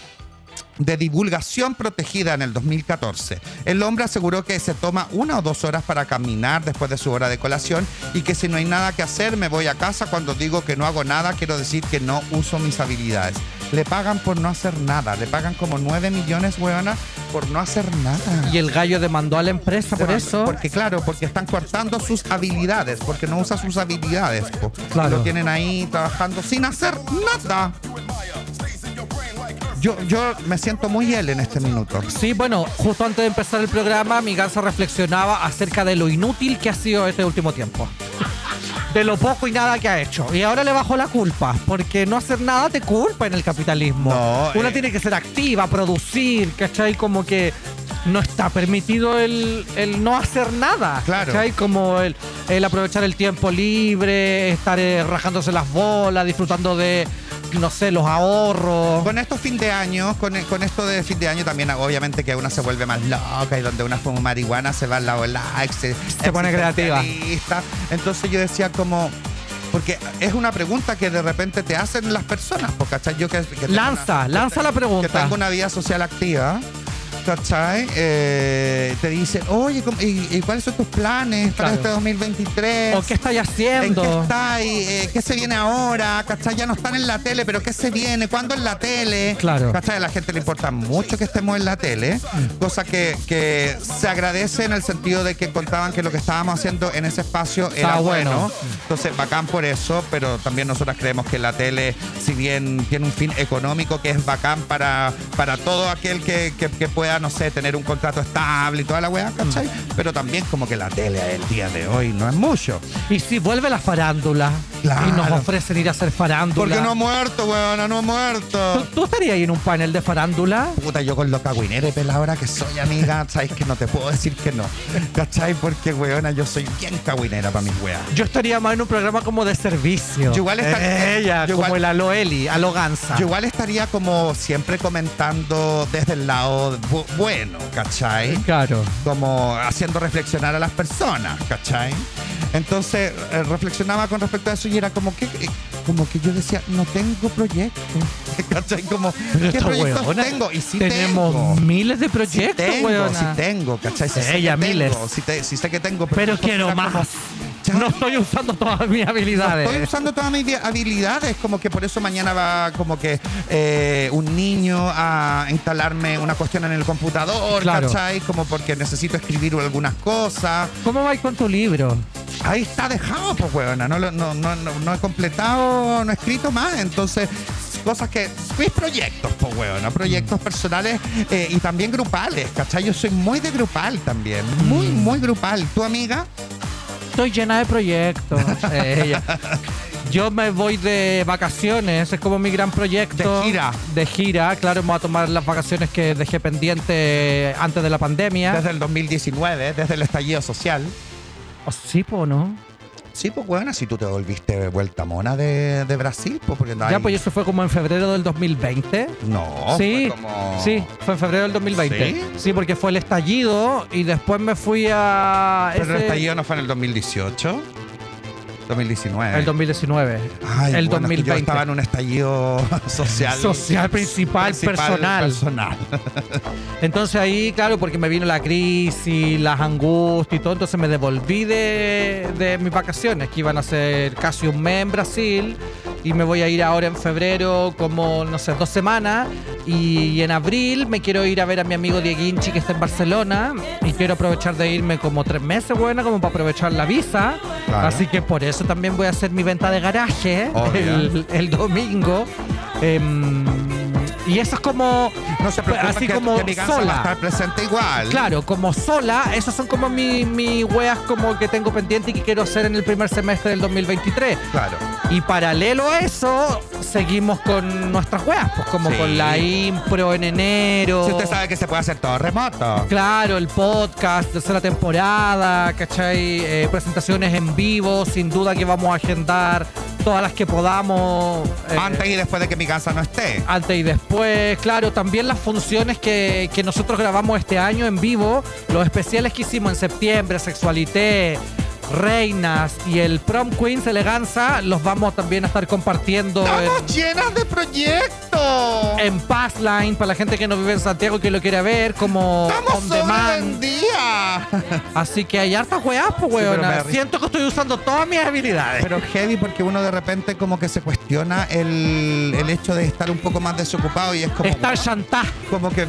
S2: de divulgación protegida en el 2014. El hombre aseguró que se toma una o dos horas para caminar después de su hora de colación y que si no hay nada que hacer me voy a casa. Cuando digo que no hago nada quiero decir que no uso mis habilidades. Le pagan por no hacer nada. Le pagan como 9 millones, huevona, por no hacer nada.
S1: Y el gallo demandó a la empresa por eso.
S2: Porque claro, porque están cortando sus habilidades, porque no usa sus habilidades. po.
S1: Claro.
S2: Lo tienen ahí trabajando sin hacer nada. Yo, yo me siento muy él en este minuto.
S1: Sí, bueno, justo antes de empezar el programa, mi ganso reflexionaba acerca de lo inútil que ha sido este último tiempo. De lo poco y nada que ha hecho. Y ahora le bajó la culpa, porque no hacer nada te culpa en el capitalismo.
S2: No,
S1: Una
S2: eh.
S1: tiene que ser activa, producir, ¿cachai? Como que no está permitido el, el no hacer nada.
S2: Claro.
S1: ¿cachai? Como el, el aprovechar el tiempo libre, estar eh, rajándose las bolas, disfrutando de, no sé, los ahorros.
S2: Con estos fin de año, con, con esto de fin de año también obviamente que una se vuelve más loca y donde una fuma marihuana se va al lado de la ex-
S1: Se pone creativa.
S2: existencialista. Entonces yo decía como... Porque es una pregunta que de repente te hacen las personas, po, ¿cachai? Yo que, que tengo
S1: Lanza,
S2: que
S1: lanza
S2: tengo-
S1: la pregunta.
S2: Que tengo una vida social activa, ¿cachai? Eh, te dicen, oye, ¿cómo- y, y cuáles son tus planes para
S1: Claro.
S2: este 2023?
S1: ¿O qué estáis
S2: ¿En
S1: haciendo?
S2: qué está y eh, qué se viene ahora? ¿Cachai? Ya no están en la tele, pero ¿qué se viene? ¿Cuándo en la tele?
S1: Claro. Mm.
S2: ¿Cachai? A la gente le importa mucho que estemos en la tele, cosa que, que se agradece en el sentido de que contaban que lo que estábamos haciendo en ese espacio era
S1: Estaba
S2: bueno.
S1: bueno. Mm.
S2: Entonces, bacán por eso, pero también nosotras creemos que la tele, si bien tiene un fin económico que es bacán para, para todo aquel que, que- que pueda, no sé, tener un contrato estable y toda la weá, ¿cachai?
S1: Mm.
S2: Pero también como que la tele el día de hoy no es mucho.
S1: Y si vuelve la farándula
S2: Claro.
S1: y nos ofrecen ir a hacer farándula.
S2: Porque no ha muerto, weona, no ha
S1: ¿Tú,
S2: muerto.
S1: tú estarías ahí en un panel de farándula?
S2: Puta, yo con los cagüineros, pero ahora que soy amiga, ¿sabes que no te puedo decir que no? ¿Cachai? Porque, weona, yo soy bien cagüinera para mis weas.
S1: Yo estaría más en un programa como de servicio.
S2: Yo igual estar-
S1: Eh, Ella,
S2: yo
S1: como
S2: igual-
S1: el Aloeli, Aloganza.
S2: Yo igual estaría como siempre comentando desde el lado bu- bueno, ¿cachai?
S1: Eh, Claro.
S2: como haciendo reflexionar a las personas, ¿cachai? Entonces eh, reflexionaba con respecto a eso y era como que, eh, como que yo decía, no tengo proyecto. ¿Cachai? Como,
S1: Pero
S2: ¿qué
S1: esta
S2: proyectos
S1: weona-
S2: tengo? Y sí
S1: Tenemos
S2: tengo.
S1: miles de
S2: Sí
S1: proyectos,
S2: tengo,
S1: weona.
S2: sí tengo, ¿cachai? Sí, sé
S1: Ella,
S2: que
S1: miles.
S2: Tengo, sí, te- sí sé que tengo.
S1: Pero
S2: entonces
S1: quiero
S2: era como,
S1: más.
S2: ya,
S1: No estoy usando todas mis habilidades.
S2: Estoy usando todas mis habilidades, como que por eso mañana va como que eh, un niño a instalarme una cuestión en el computador,
S1: Claro.
S2: ¿cachai? Como porque necesito escribir algunas cosas.
S1: ¿Cómo vais con tu libro?
S2: Ahí está dejado, pues, huevona. No, lo- no, no, no, no he completado, no he escrito más. Entonces, cosas que. Mis proyectos, pues, huevona. Proyectos
S1: Mm.
S2: personales eh, y también grupales, ¿cachai? Yo soy muy de grupal también. Muy,
S1: Mm.
S2: muy grupal. ¿Tu amiga?
S1: Estoy llena de proyectos. Eh, ella. Yo me voy de vacaciones, es como mi gran proyecto.
S2: De gira.
S1: De gira, claro, vamos a tomar las vacaciones que dejé pendiente antes de la pandemia.
S2: Desde el 2019, desde el estallido social.
S1: Oh, sí, po, ¿no?
S2: Sí, pues, huevona, si tú te volviste vuelta mona de, de Brasil, pues, porque no
S1: Ya,
S2: hay-
S1: pues eso fue como en febrero del 2020.
S2: No,
S1: sí,
S2: Oh, fue como-
S1: sí, fue en febrero del 2020.
S2: ¿Sí?
S1: ¿Sí? porque fue el estallido y después me fui a...
S2: Pero el
S1: ese-
S2: estallido no fue en el 2018, 2019.
S1: El 2019.
S2: eh. Ay,
S1: el
S2: bueno, es que
S1: 2020.
S2: yo estaba en un estallido social.
S1: Social, principal, personal.
S2: personal.
S1: Entonces ahí, claro, porque me vino la crisis, las angustias y todo, entonces me devolví de, de mis vacaciones, que iban a ser casi un mes en Brasil, y me voy a ir ahora en febrero como, no sé, dos semanas, y en abril me quiero ir a ver a mi amigo Dieguinchi que está en Barcelona, y quiero aprovechar de irme como tres meses, bueno, como para aprovechar la visa,
S2: Claro.
S1: así que por eso también voy a hacer mi venta de garaje
S2: Obvio.
S1: el, el domingo. Em, y eso es como
S2: No se preocupen
S1: así
S2: que,
S1: como
S2: que mi ganso va
S1: sola.
S2: a estar presente igual.
S1: Claro, como sola, esas son como mis mi weas como que tengo pendiente y que quiero hacer en el primer semestre del 2023.
S2: Claro.
S1: Y paralelo a eso, seguimos con nuestras weas, pues como
S2: Sí.
S1: con la impro en enero.
S2: Si usted sabe que se puede hacer todo remoto.
S1: Claro, el podcast, tercera temporada, ¿cachai? Eh, presentaciones en vivo, sin duda que vamos a agendar todas las que podamos. eh,
S2: Antes y después de que mi casa no esté.
S1: antes y después, claro, también las funciones que, que nosotros grabamos este año en vivo, los especiales que hicimos en septiembre, Sexualité, Reinas y el Prom Queens Eleganza, los vamos también a estar compartiendo
S2: ¡Estamos
S1: en,
S2: llenas de proyectos!
S1: en Passline para la gente que no vive en Santiago y que lo quiera ver, como
S2: ¡Estamos
S1: on demand.
S2: día!
S1: Así que hay hartas weas, pues
S2: pero
S1: weona.
S2: me da risa.
S1: Siento que estoy usando todas mis habilidades.
S2: Pero heavy porque uno de repente como que se cuestiona el, el hecho de estar un poco más desocupado y es como...
S1: Estar chantá.
S2: como que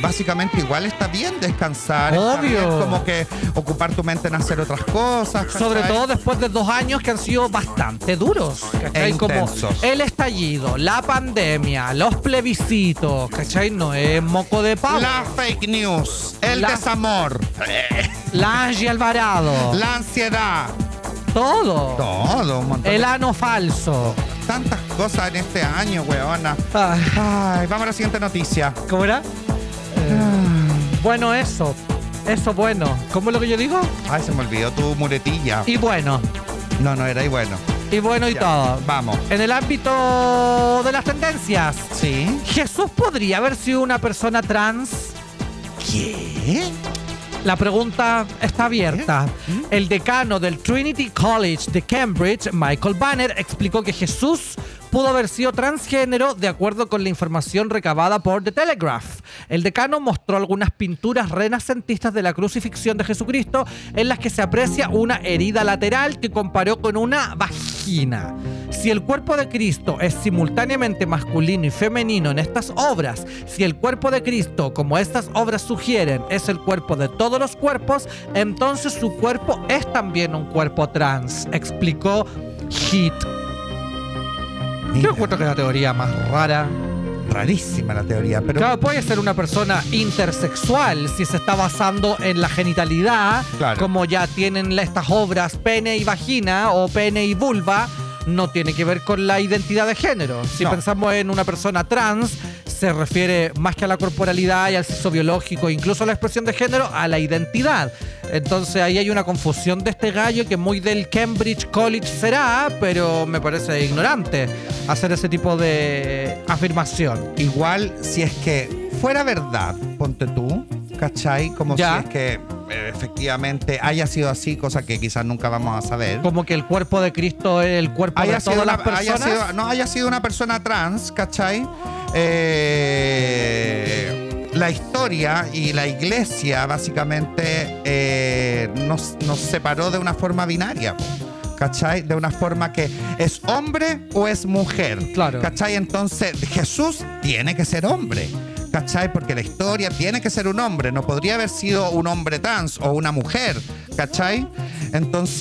S2: básicamente igual está bien descansar. está
S1: Obvio.
S2: bien como que ocupar tu mente en hacer otras cosas.
S1: Sobre
S2: ¿cachai?
S1: todo después de dos años que han sido bastante duros. ¿Cachai?
S2: E
S1: Como
S2: intensos.
S1: el estallido, la pandemia, los plebiscitos, ¿cachai? No es moco de pavo.
S2: La fake news, el
S1: La-
S2: desamor,
S1: La Angie Alvarado.
S2: la ansiedad,
S1: Todo.
S2: todo, un montón
S1: El
S2: de
S1: ano falso.
S2: tantas cosas en este año, weona.
S1: Ah,
S2: Ay, vamos a la siguiente noticia.
S1: ¿Cómo era? Eh, bueno, eso. Eso bueno. ¿Cómo es lo que yo digo?
S2: Ay, se me olvidó tu muletilla.
S1: Y bueno.
S2: No, no era y bueno.
S1: Y bueno y
S2: Ya,
S1: todo.
S2: Vamos.
S1: En el ámbito de las tendencias,
S2: ¿Sí?
S1: ¿Jesús podría haber sido una persona trans?
S2: ¿Qué?
S1: La pregunta está abierta. El decano del Trinity College de Cambridge, Michael Banner, explicó que Jesús pudo haber sido transgénero de acuerdo con la información recabada por The Telegraph. El decano mostró algunas pinturas renacentistas de la crucifixión de Jesucristo en las que se aprecia una herida lateral que comparó con una vagina. Si el cuerpo de Cristo es simultáneamente masculino y femenino en estas obras, si el cuerpo de Cristo, como estas obras sugieren, es el cuerpo de todos los cuerpos, entonces su cuerpo es también un cuerpo trans, explicó Hit. Yo encuentro que es la teoría más rara.
S2: Rarísima la teoría, pero...
S1: Claro, puede ser una persona intersexual si se está basando en la genitalidad,
S2: Claro.
S1: como ya tienen la- estas obras pene y vagina o pene y vulva, no tiene que ver con la identidad de género. Si
S2: No.
S1: pensamos en una persona trans, se refiere más que a la corporalidad y al sexo biológico, incluso a la expresión de género, a la identidad. Entonces ahí hay una confusión de este gallo que muy del Cambridge College será, pero me parece ignorante hacer ese tipo de afirmación.
S2: Igual, si es que fuera verdad, ponte tú, ¿cachai? Como
S1: Ya.
S2: si es que eh, efectivamente haya sido así, cosa que quizás nunca vamos a saber.
S1: como que el cuerpo de Cristo es el cuerpo de todas las
S2: haya
S1: personas.
S2: sido- no haya sido una persona trans, ¿cachai? Eh, la historia y la iglesia básicamente eh, nos, nos separó de una forma binaria. ¿Cachai? De una forma que es hombre o es mujer.
S1: Claro.
S2: ¿Cachai? Entonces Jesús tiene que ser hombre. ¿Cachai? Porque la historia tiene que ser un hombre. No podría haber sido un hombre trans o una mujer. ¿Cachai?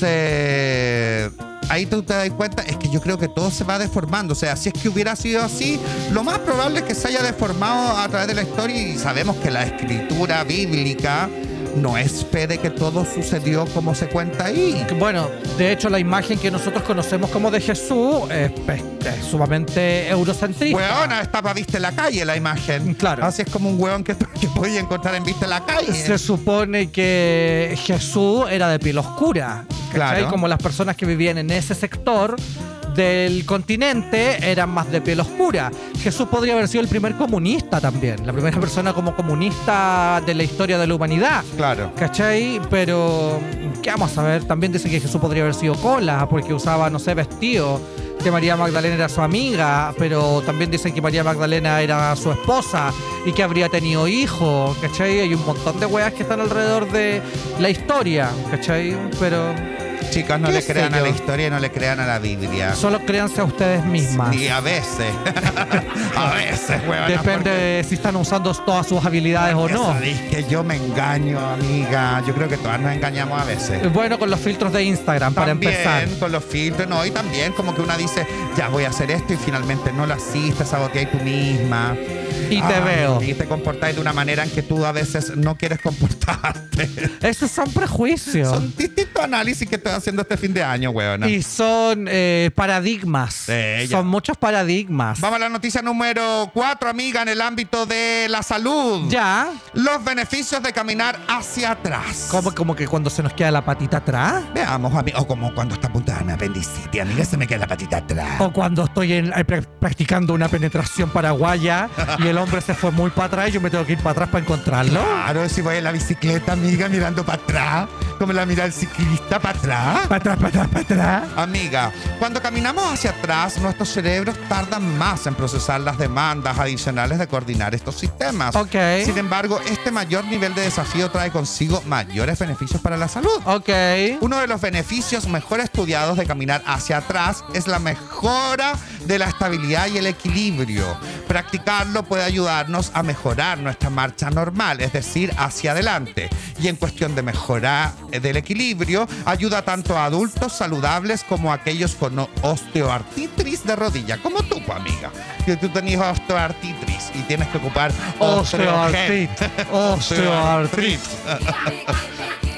S2: Entonces ahí tú te das cuenta. Es que yo creo que todo se va deformando. O sea, si es que hubiera sido así, lo más probable es que se haya deformado a través de la historia. Y sabemos que la escritura bíblica no espere que todo sucedió como se cuenta ahí.
S1: Bueno, de hecho la imagen que nosotros conocemos como de Jesús es, es- es sumamente eurocentrista.
S2: Weona, estaba vista en la calle la imagen.
S1: Claro.
S2: Así es como un weón que, que podía encontrar en vista en la calle.
S1: Se supone que Jesús era de piel oscura. ¿cachai?
S2: Claro.
S1: Como las personas que vivían en ese sector del continente eran más de piel oscura. Jesús podría haber sido el primer comunista también, la primera persona como comunista de la historia de la humanidad.
S2: Claro.
S1: ¿Cachai? Pero, ¿qué vamos a ver? También dicen que Jesús podría haber sido cola, porque usaba, no sé, vestido, que María Magdalena era su amiga, pero también dicen que María Magdalena era su esposa y que habría tenido hijos, ¿cachai? Hay un montón de weas que están alrededor de la historia, ¿cachai? Pero
S2: Chicas, no
S1: ¿Qué
S2: le
S1: sé
S2: crean a la
S1: yo?
S2: historia y no le crean a la Biblia.
S1: solo créanse a ustedes mismas.
S2: Y a veces. a veces, weón.
S1: Depende de si están usando todas sus habilidades o no.
S2: que yo me engaño, amiga. Yo creo que todas nos engañamos a veces.
S1: Bueno, con los filtros de Instagram,
S2: También,
S1: Eh, para empezar.
S2: con los filtros, no, y también como que una dice, ya voy a hacer esto y finalmente no lo asiste, saboteáis tú misma.
S1: Y te
S2: Ay,
S1: veo.
S2: Y te comportáis de una manera en que tú a veces no quieres comportarte.
S1: Esos son prejuicios.
S2: Son distintos análisis que estoy haciendo este fin de año, weona.
S1: Y son eh, paradigmas.
S2: Eh, ya.
S1: son muchos paradigmas.
S2: Vamos a la noticia número 4, amiga, en el ámbito de la salud.
S1: Ya.
S2: Los beneficios de caminar hacia atrás.
S1: Como, como que cuando se nos queda la patita atrás.
S2: Veamos, amigo. O como cuando está apuntada mi apendicitis, amiga, se me queda la patita atrás.
S1: O cuando estoy en- eh, pra- practicando una penetración paraguaya y el hombre se fue muy para atrás y yo me tengo que ir para atrás para encontrarlo.
S2: Claro, si voy en la bicicleta, amiga, mirando para atrás, como la mira el ciclista para atrás.
S1: Para atrás, para atrás, para atrás.
S2: Amiga, cuando caminamos hacia atrás, nuestros cerebros tardan más en procesar las demandas adicionales de coordinar estos sistemas.
S1: Ok.
S2: Sin embargo, este mayor nivel de desafío trae consigo mayores beneficios para la salud.
S1: Ok.
S2: Uno de los beneficios mejor estudiados de caminar hacia atrás es la mejora de la estabilidad y el equilibrio. Practicarlo puede ayudarnos a mejorar nuestra marcha normal, es decir, hacia adelante. Y en cuestión de mejora eh, del equilibrio, ayuda tanto a adultos saludables como a aquellos con o- osteoartritis de rodilla, como tú, pues, amiga. Que tú tenías osteoartritis y tienes que ocupar osteogen.
S1: Osteoartritis. Osteoartritis.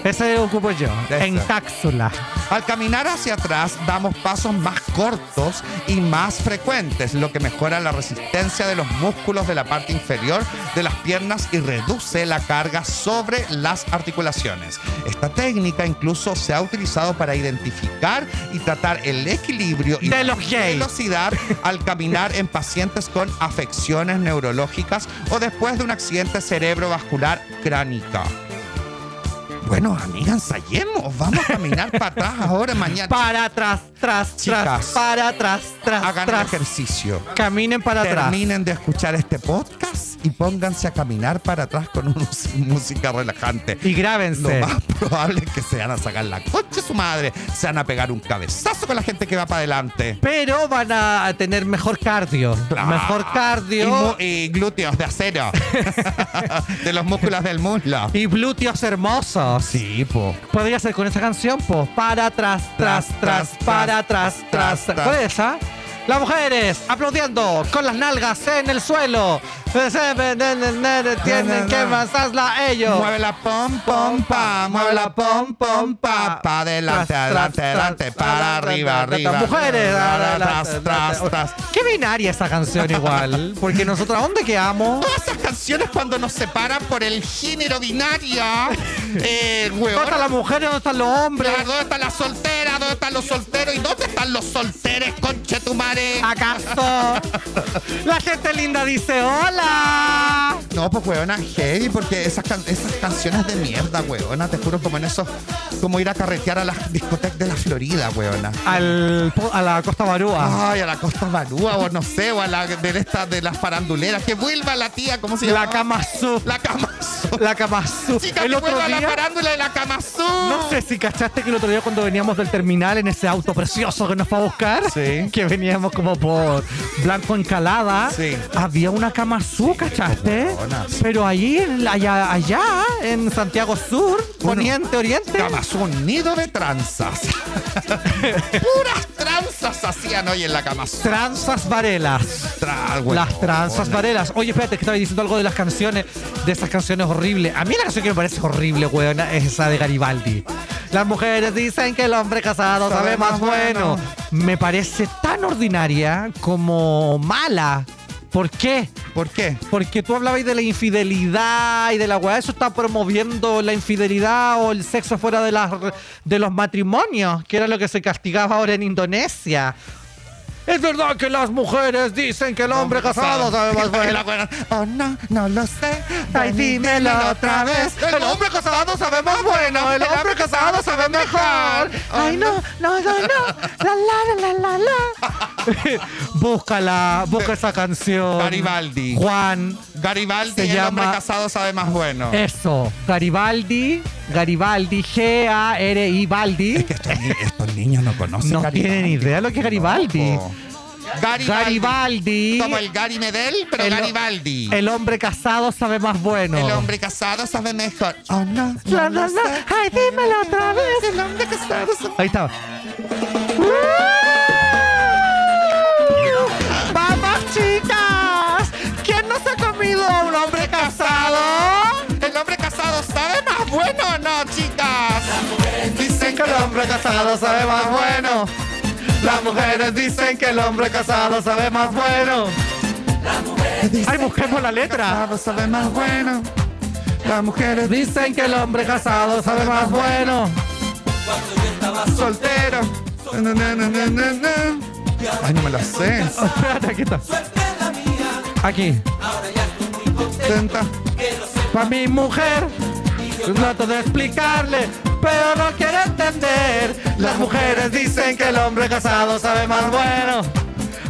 S1: Ese ocupo yo.
S2: Eso.
S1: En cápsula.
S2: Al caminar hacia atrás damos pasos más cortos y más frecuentes, lo que mejora la resistencia de los músculos de la parte inferior de las piernas y reduce la carga sobre las articulaciones. Esta técnica incluso se ha utilizado para identificar y tratar el equilibrio y
S1: De los gays.
S2: velocidad al caminar en pacientes con afecciones neurológicas o después de un accidente cerebrovascular cránica. Bueno, amiga, ensayemos. Vamos a caminar para atrás ahora, mañana.
S1: Para atrás, tras, tras.
S2: Chicas,
S1: Para atrás, tras,
S2: Hagan
S1: tras.
S2: ejercicio.
S1: Caminen para atrás.
S2: Terminen de escuchar este podcast y pónganse a caminar para atrás con una mus- música relajante.
S1: Y
S2: Lo
S1: grábense.
S2: más probable es que se van a sacar la coche su madre. Se van a pegar un cabezazo con la gente que va para adelante.
S1: Pero van a tener mejor cardio.
S2: Claro.
S1: Mejor
S2: Y, mu-
S1: cardio.
S2: y glúteos de acero. de los músculos del muslo.
S1: Y glúteos hermosos.
S2: Sí, po.
S1: Podría ser con esa canción, pues. Para atrás, tras, tras, para atrás, tras, tras. ¿Cuál es esa? Las mujeres aplaudiendo con las nalgas en el suelo. Tienen que masarla ellos.
S2: Mueve la pom, pom, pa. Mueve la pom, pom, pa. Pa' adelante,
S1: Ah. Tras,
S2: adelante,
S1: tras,
S2: adelante.
S1: tras,
S2: Para
S1: tras,
S2: arriba,
S1: tras,
S2: arriba.
S1: tras, Mujeres, adelante,
S2: Tras, tras, tras.
S1: Qué binaria esa canción igual. Porque nosotros, ¿a dónde quedamos?
S2: Todas esas canciones cuando nos separan por el género binario. eh,
S1: ¿Dónde
S2: huevón.
S1: están las mujeres? ¿Dónde están los hombres?
S2: Claro, ¿Dónde están las solteras? ¿Dónde están los solteros? ¿Y dónde están los solteres, conche tu madre?
S1: ¿Acaso? La gente linda dice hola.
S2: No, pues weona, heavy, porque esas, can- esas canciones de mierda, weona, te juro, como en esos, como ir a carretear a las discotecas de la Florida, weona.
S1: Al, po- a la Costa Barúa.
S2: Ay, a la Costa Barúa, o no sé, o a la de esta, de las faranduleras. Que vuelva la tía, ¿cómo se llama?
S1: La Kama Su.
S2: La Camazú.
S1: La Kama Su.
S2: Chica,
S1: El
S2: que
S1: otro
S2: vuelva la
S1: día.
S2: farándula de la Camazú.
S1: No sé si cachaste que el otro día cuando veníamos del terminal en ese auto precioso que nos fue a buscar,
S2: Sí.
S1: que veníamos como por Blanco Encalada,
S2: Sí.
S1: había una Kama Su, ¿cachaste?
S2: huevona.
S1: Pero ahí, en- allá, allá, en Santiago Sur,
S2: Bueno,
S1: Poniente, Oriente,
S2: Camazú, un nido de tranzas. Puras tranzas hacían hoy en la Camazú.
S1: Tranzas Varelas.
S2: Tra-
S1: Las tranzas
S2: weona.
S1: varelas. Oye, espérate, que estaba diciendo algo de las canciones, de esas canciones horribles. A mí la canción que me parece horrible, weona, es esa de Garibaldi. Las mujeres dicen que el hombre casado sabe, más bueno. Me parece tan ordinaria como mala. ¿Por qué?
S2: ¿Por qué?
S1: Porque tú hablabas de la infidelidad y de la weá. Eso está promoviendo la infidelidad o el sexo fuera de, las, de los matrimonios, que era lo que se castigaba ahora en Indonesia. Es verdad que las mujeres dicen que el hombre casado sabe más
S2: Y
S1: bueno.
S2: la buena, Oh, no, no lo sé.
S1: Ay,
S2: Ven y
S1: dímelo otra vez. El hombre casado sabe más bueno. El hombre casado sabe mejor.
S2: Oh,
S1: Ay, no, no, no, no. La, la, la, la, la, la. Búscala, busca esa canción.
S2: Garibaldi.
S1: Juan.
S2: Garibaldi,
S1: Se
S2: el hombre
S1: llama-
S2: casado sabe más bueno.
S1: Eso, Garibaldi, Garibaldi, G-A-R-I Baldi. Eh,
S2: Que estos, ni- estos niños no conocen
S1: No
S2: Garibaldi.
S1: tienen idea lo que es Garibaldi.
S2: No, po. Garibaldi.
S1: Garibaldi,
S2: Como el Gary Medel, pero
S1: El-
S2: Garibaldi. El,
S1: el hombre casado sabe más bueno.
S2: hombre casado sabe mejor. Oh, no.
S1: La, la,
S2: no
S1: la.
S2: lo sé.
S1: Ay, dímelo otra vez.
S2: El hombre casado sabe
S1: Ahí estaba. ¡Vamos, chicas! ¿Quién no se comió
S2: hombre casado sabe más bueno. Las mujeres dicen que el hombre casado sabe más bueno.
S3: Ay, busquemos la letra.
S2: Casado sabe más bueno. Las mujeres
S1: Dicen que el hombre casado sabe más bueno.
S2: soltero. Na, na, na, na, na, na. Ay, no me la sé.
S1: Espérate, aquí está. Aquí.
S2: Tenta.
S1: Pa' mi mujer, trato de explicarle, pero no quiere entender. Las mujeres dicen que el hombre casado sabe más bueno.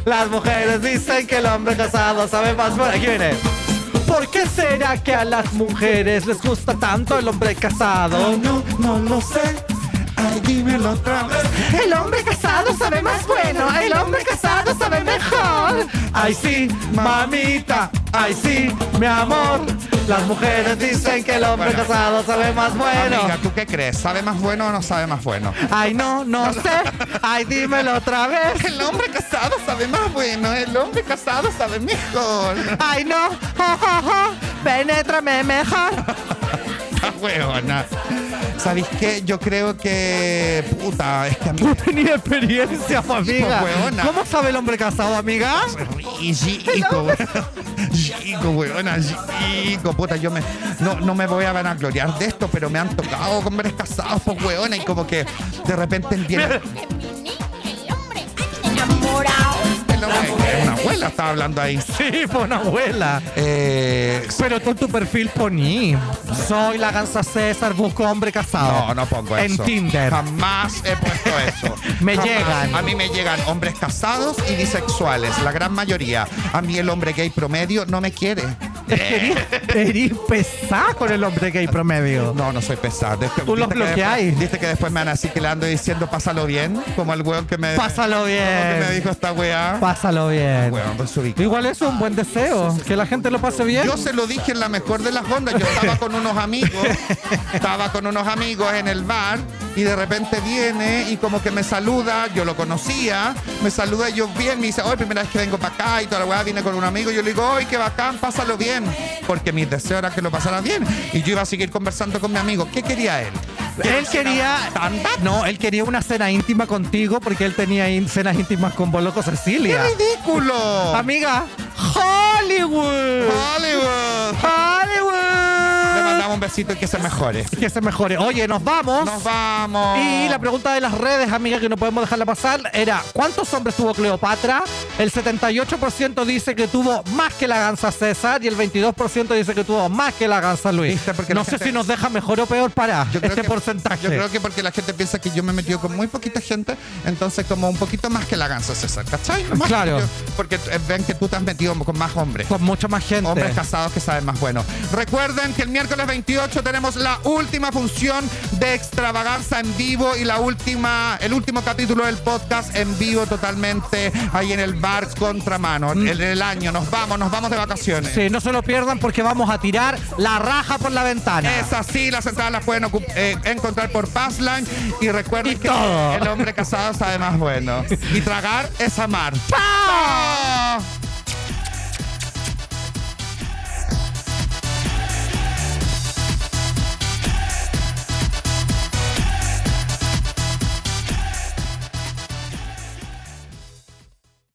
S1: Las mujeres dicen que el hombre casado sabe más bueno. Aquí viene. ¿Por qué será que a las mujeres les gusta tanto el hombre casado?
S2: Ah, no, no lo sé. Ay, dímelo otra vez.
S1: El hombre casado sabe más bueno, el hombre casado sabe mejor. Ay sí, mamita, ay sí, mi amor. Las mujeres dicen que el hombre
S2: Bueno.
S1: casado sabe más bueno.
S2: Amiga, ¿tú qué crees? ¿Sabe más bueno o no sabe más bueno?
S1: Ay no, no sé. Ay dímelo otra vez.
S2: El hombre casado sabe más bueno, el hombre casado sabe mejor.
S1: Ay no, jo, jo, jo, penétrame mejor.
S2: Esta Ah, huevona. ¿Sabéis qué? Yo creo que. Puta, es que a mí.
S1: Tú tenías experiencia, pues, amiga.
S2: huevona.
S1: ¿Cómo sabe el hombre casado, amiga?
S2: Y chico, weón. chico, weona, chico, puta, yo me, no, no me voy a vanagloriar de esto, pero me han tocado hombres casados, pues, weona, y como que de repente entiendo.
S4: El hombre enamorado.
S2: Una abuela estaba hablando ahí.
S1: Sí, fue una abuela.
S2: Eh,
S1: Pero tú en tu perfil poní. Soy la gansa César, busco hombre casado.
S2: No, no pongo
S1: en
S2: eso.
S1: Tinder.
S2: Jamás he puesto eso.
S1: Me
S2: Jamás.
S1: llegan.
S2: A mí me llegan hombres casados y bisexuales, la gran mayoría. A mí el hombre gay promedio no me quiere.
S1: Es que eres- eres pesada con el hombre gay promedio.
S2: No, no soy pesado. Este-
S1: Tú los
S2: ¿viste que
S1: bloqueáis.
S2: después- Viste que después me van así que le ando diciendo pásalo bien, como el weón que me,
S1: Pásalo
S2: como que me Ah,
S1: bien.
S2: dijo esta weá.
S1: Pásalo bien.
S2: Weón, desubicado.
S1: Igual es un buen deseo, que la gente lo pase bien.
S2: Yo se lo dije en la mejor de las ondas. Yo estaba con unos amigos, estaba con unos amigos en el bar y de repente viene y como que me saluda. Yo lo conocía, me saluda y yo bien. Me dice, hoy primera vez que vengo para acá y toda la weá viene con un amigo. Yo le digo, hoy qué bacán, pásalo bien. Porque mi deseo era que lo pasara bien. Y yo iba a seguir conversando con mi amigo. ¿Qué quería él?
S1: Él quería. No, él quería una cena íntima contigo porque él tenía in- cenas íntimas con Boloco
S2: ¡Qué
S1: Cecilia.
S2: ridículo!
S1: Amiga, Hollywood.
S2: Hollywood. Ah. Le
S1: Hollywood.
S2: mandamos un besito y que se mejore.
S1: Que se mejore. Oye, nos vamos.
S2: Nos vamos.
S1: Y la pregunta de las redes, amiga, que no podemos dejarla pasar, era ¿cuántos hombres tuvo Cleopatra? El 78% dice que tuvo más que la gansa César y el 22% dice que tuvo más que la gansa Luis.
S2: ¿Viste? Porque
S1: No
S2: la
S1: sé
S2: gente-
S1: si nos deja mejor o peor para
S2: Yo creo
S1: este
S2: que-
S1: porcentaje.
S2: Yo creo que porque la gente piensa que yo me he metido con muy poquita gente, entonces como un poquito más que la gansa César, ¿cachai? Más
S1: Claro.
S2: que yo- porque eh, ven que tú te has metido con más hombres.
S1: Con mucha más gente.
S2: Hombres casados que saben más bueno. Recuerden que el miércoles 28 tenemos la última función de Extravaganza en vivo y la última, el último capítulo del podcast en vivo totalmente ahí en el bar Contramano. El, el año, nos vamos, nos vamos de vacaciones.
S1: Mm. Sí, no se lo pierdan porque vamos a tirar la raja por la ventana.
S2: Es así, las entradas las pueden ocu- eh, encontrar por Passline y recuerden
S1: Y
S2: que
S1: todo.
S2: el hombre casado sabe más bueno. Y tragar es amar. ¡Pau!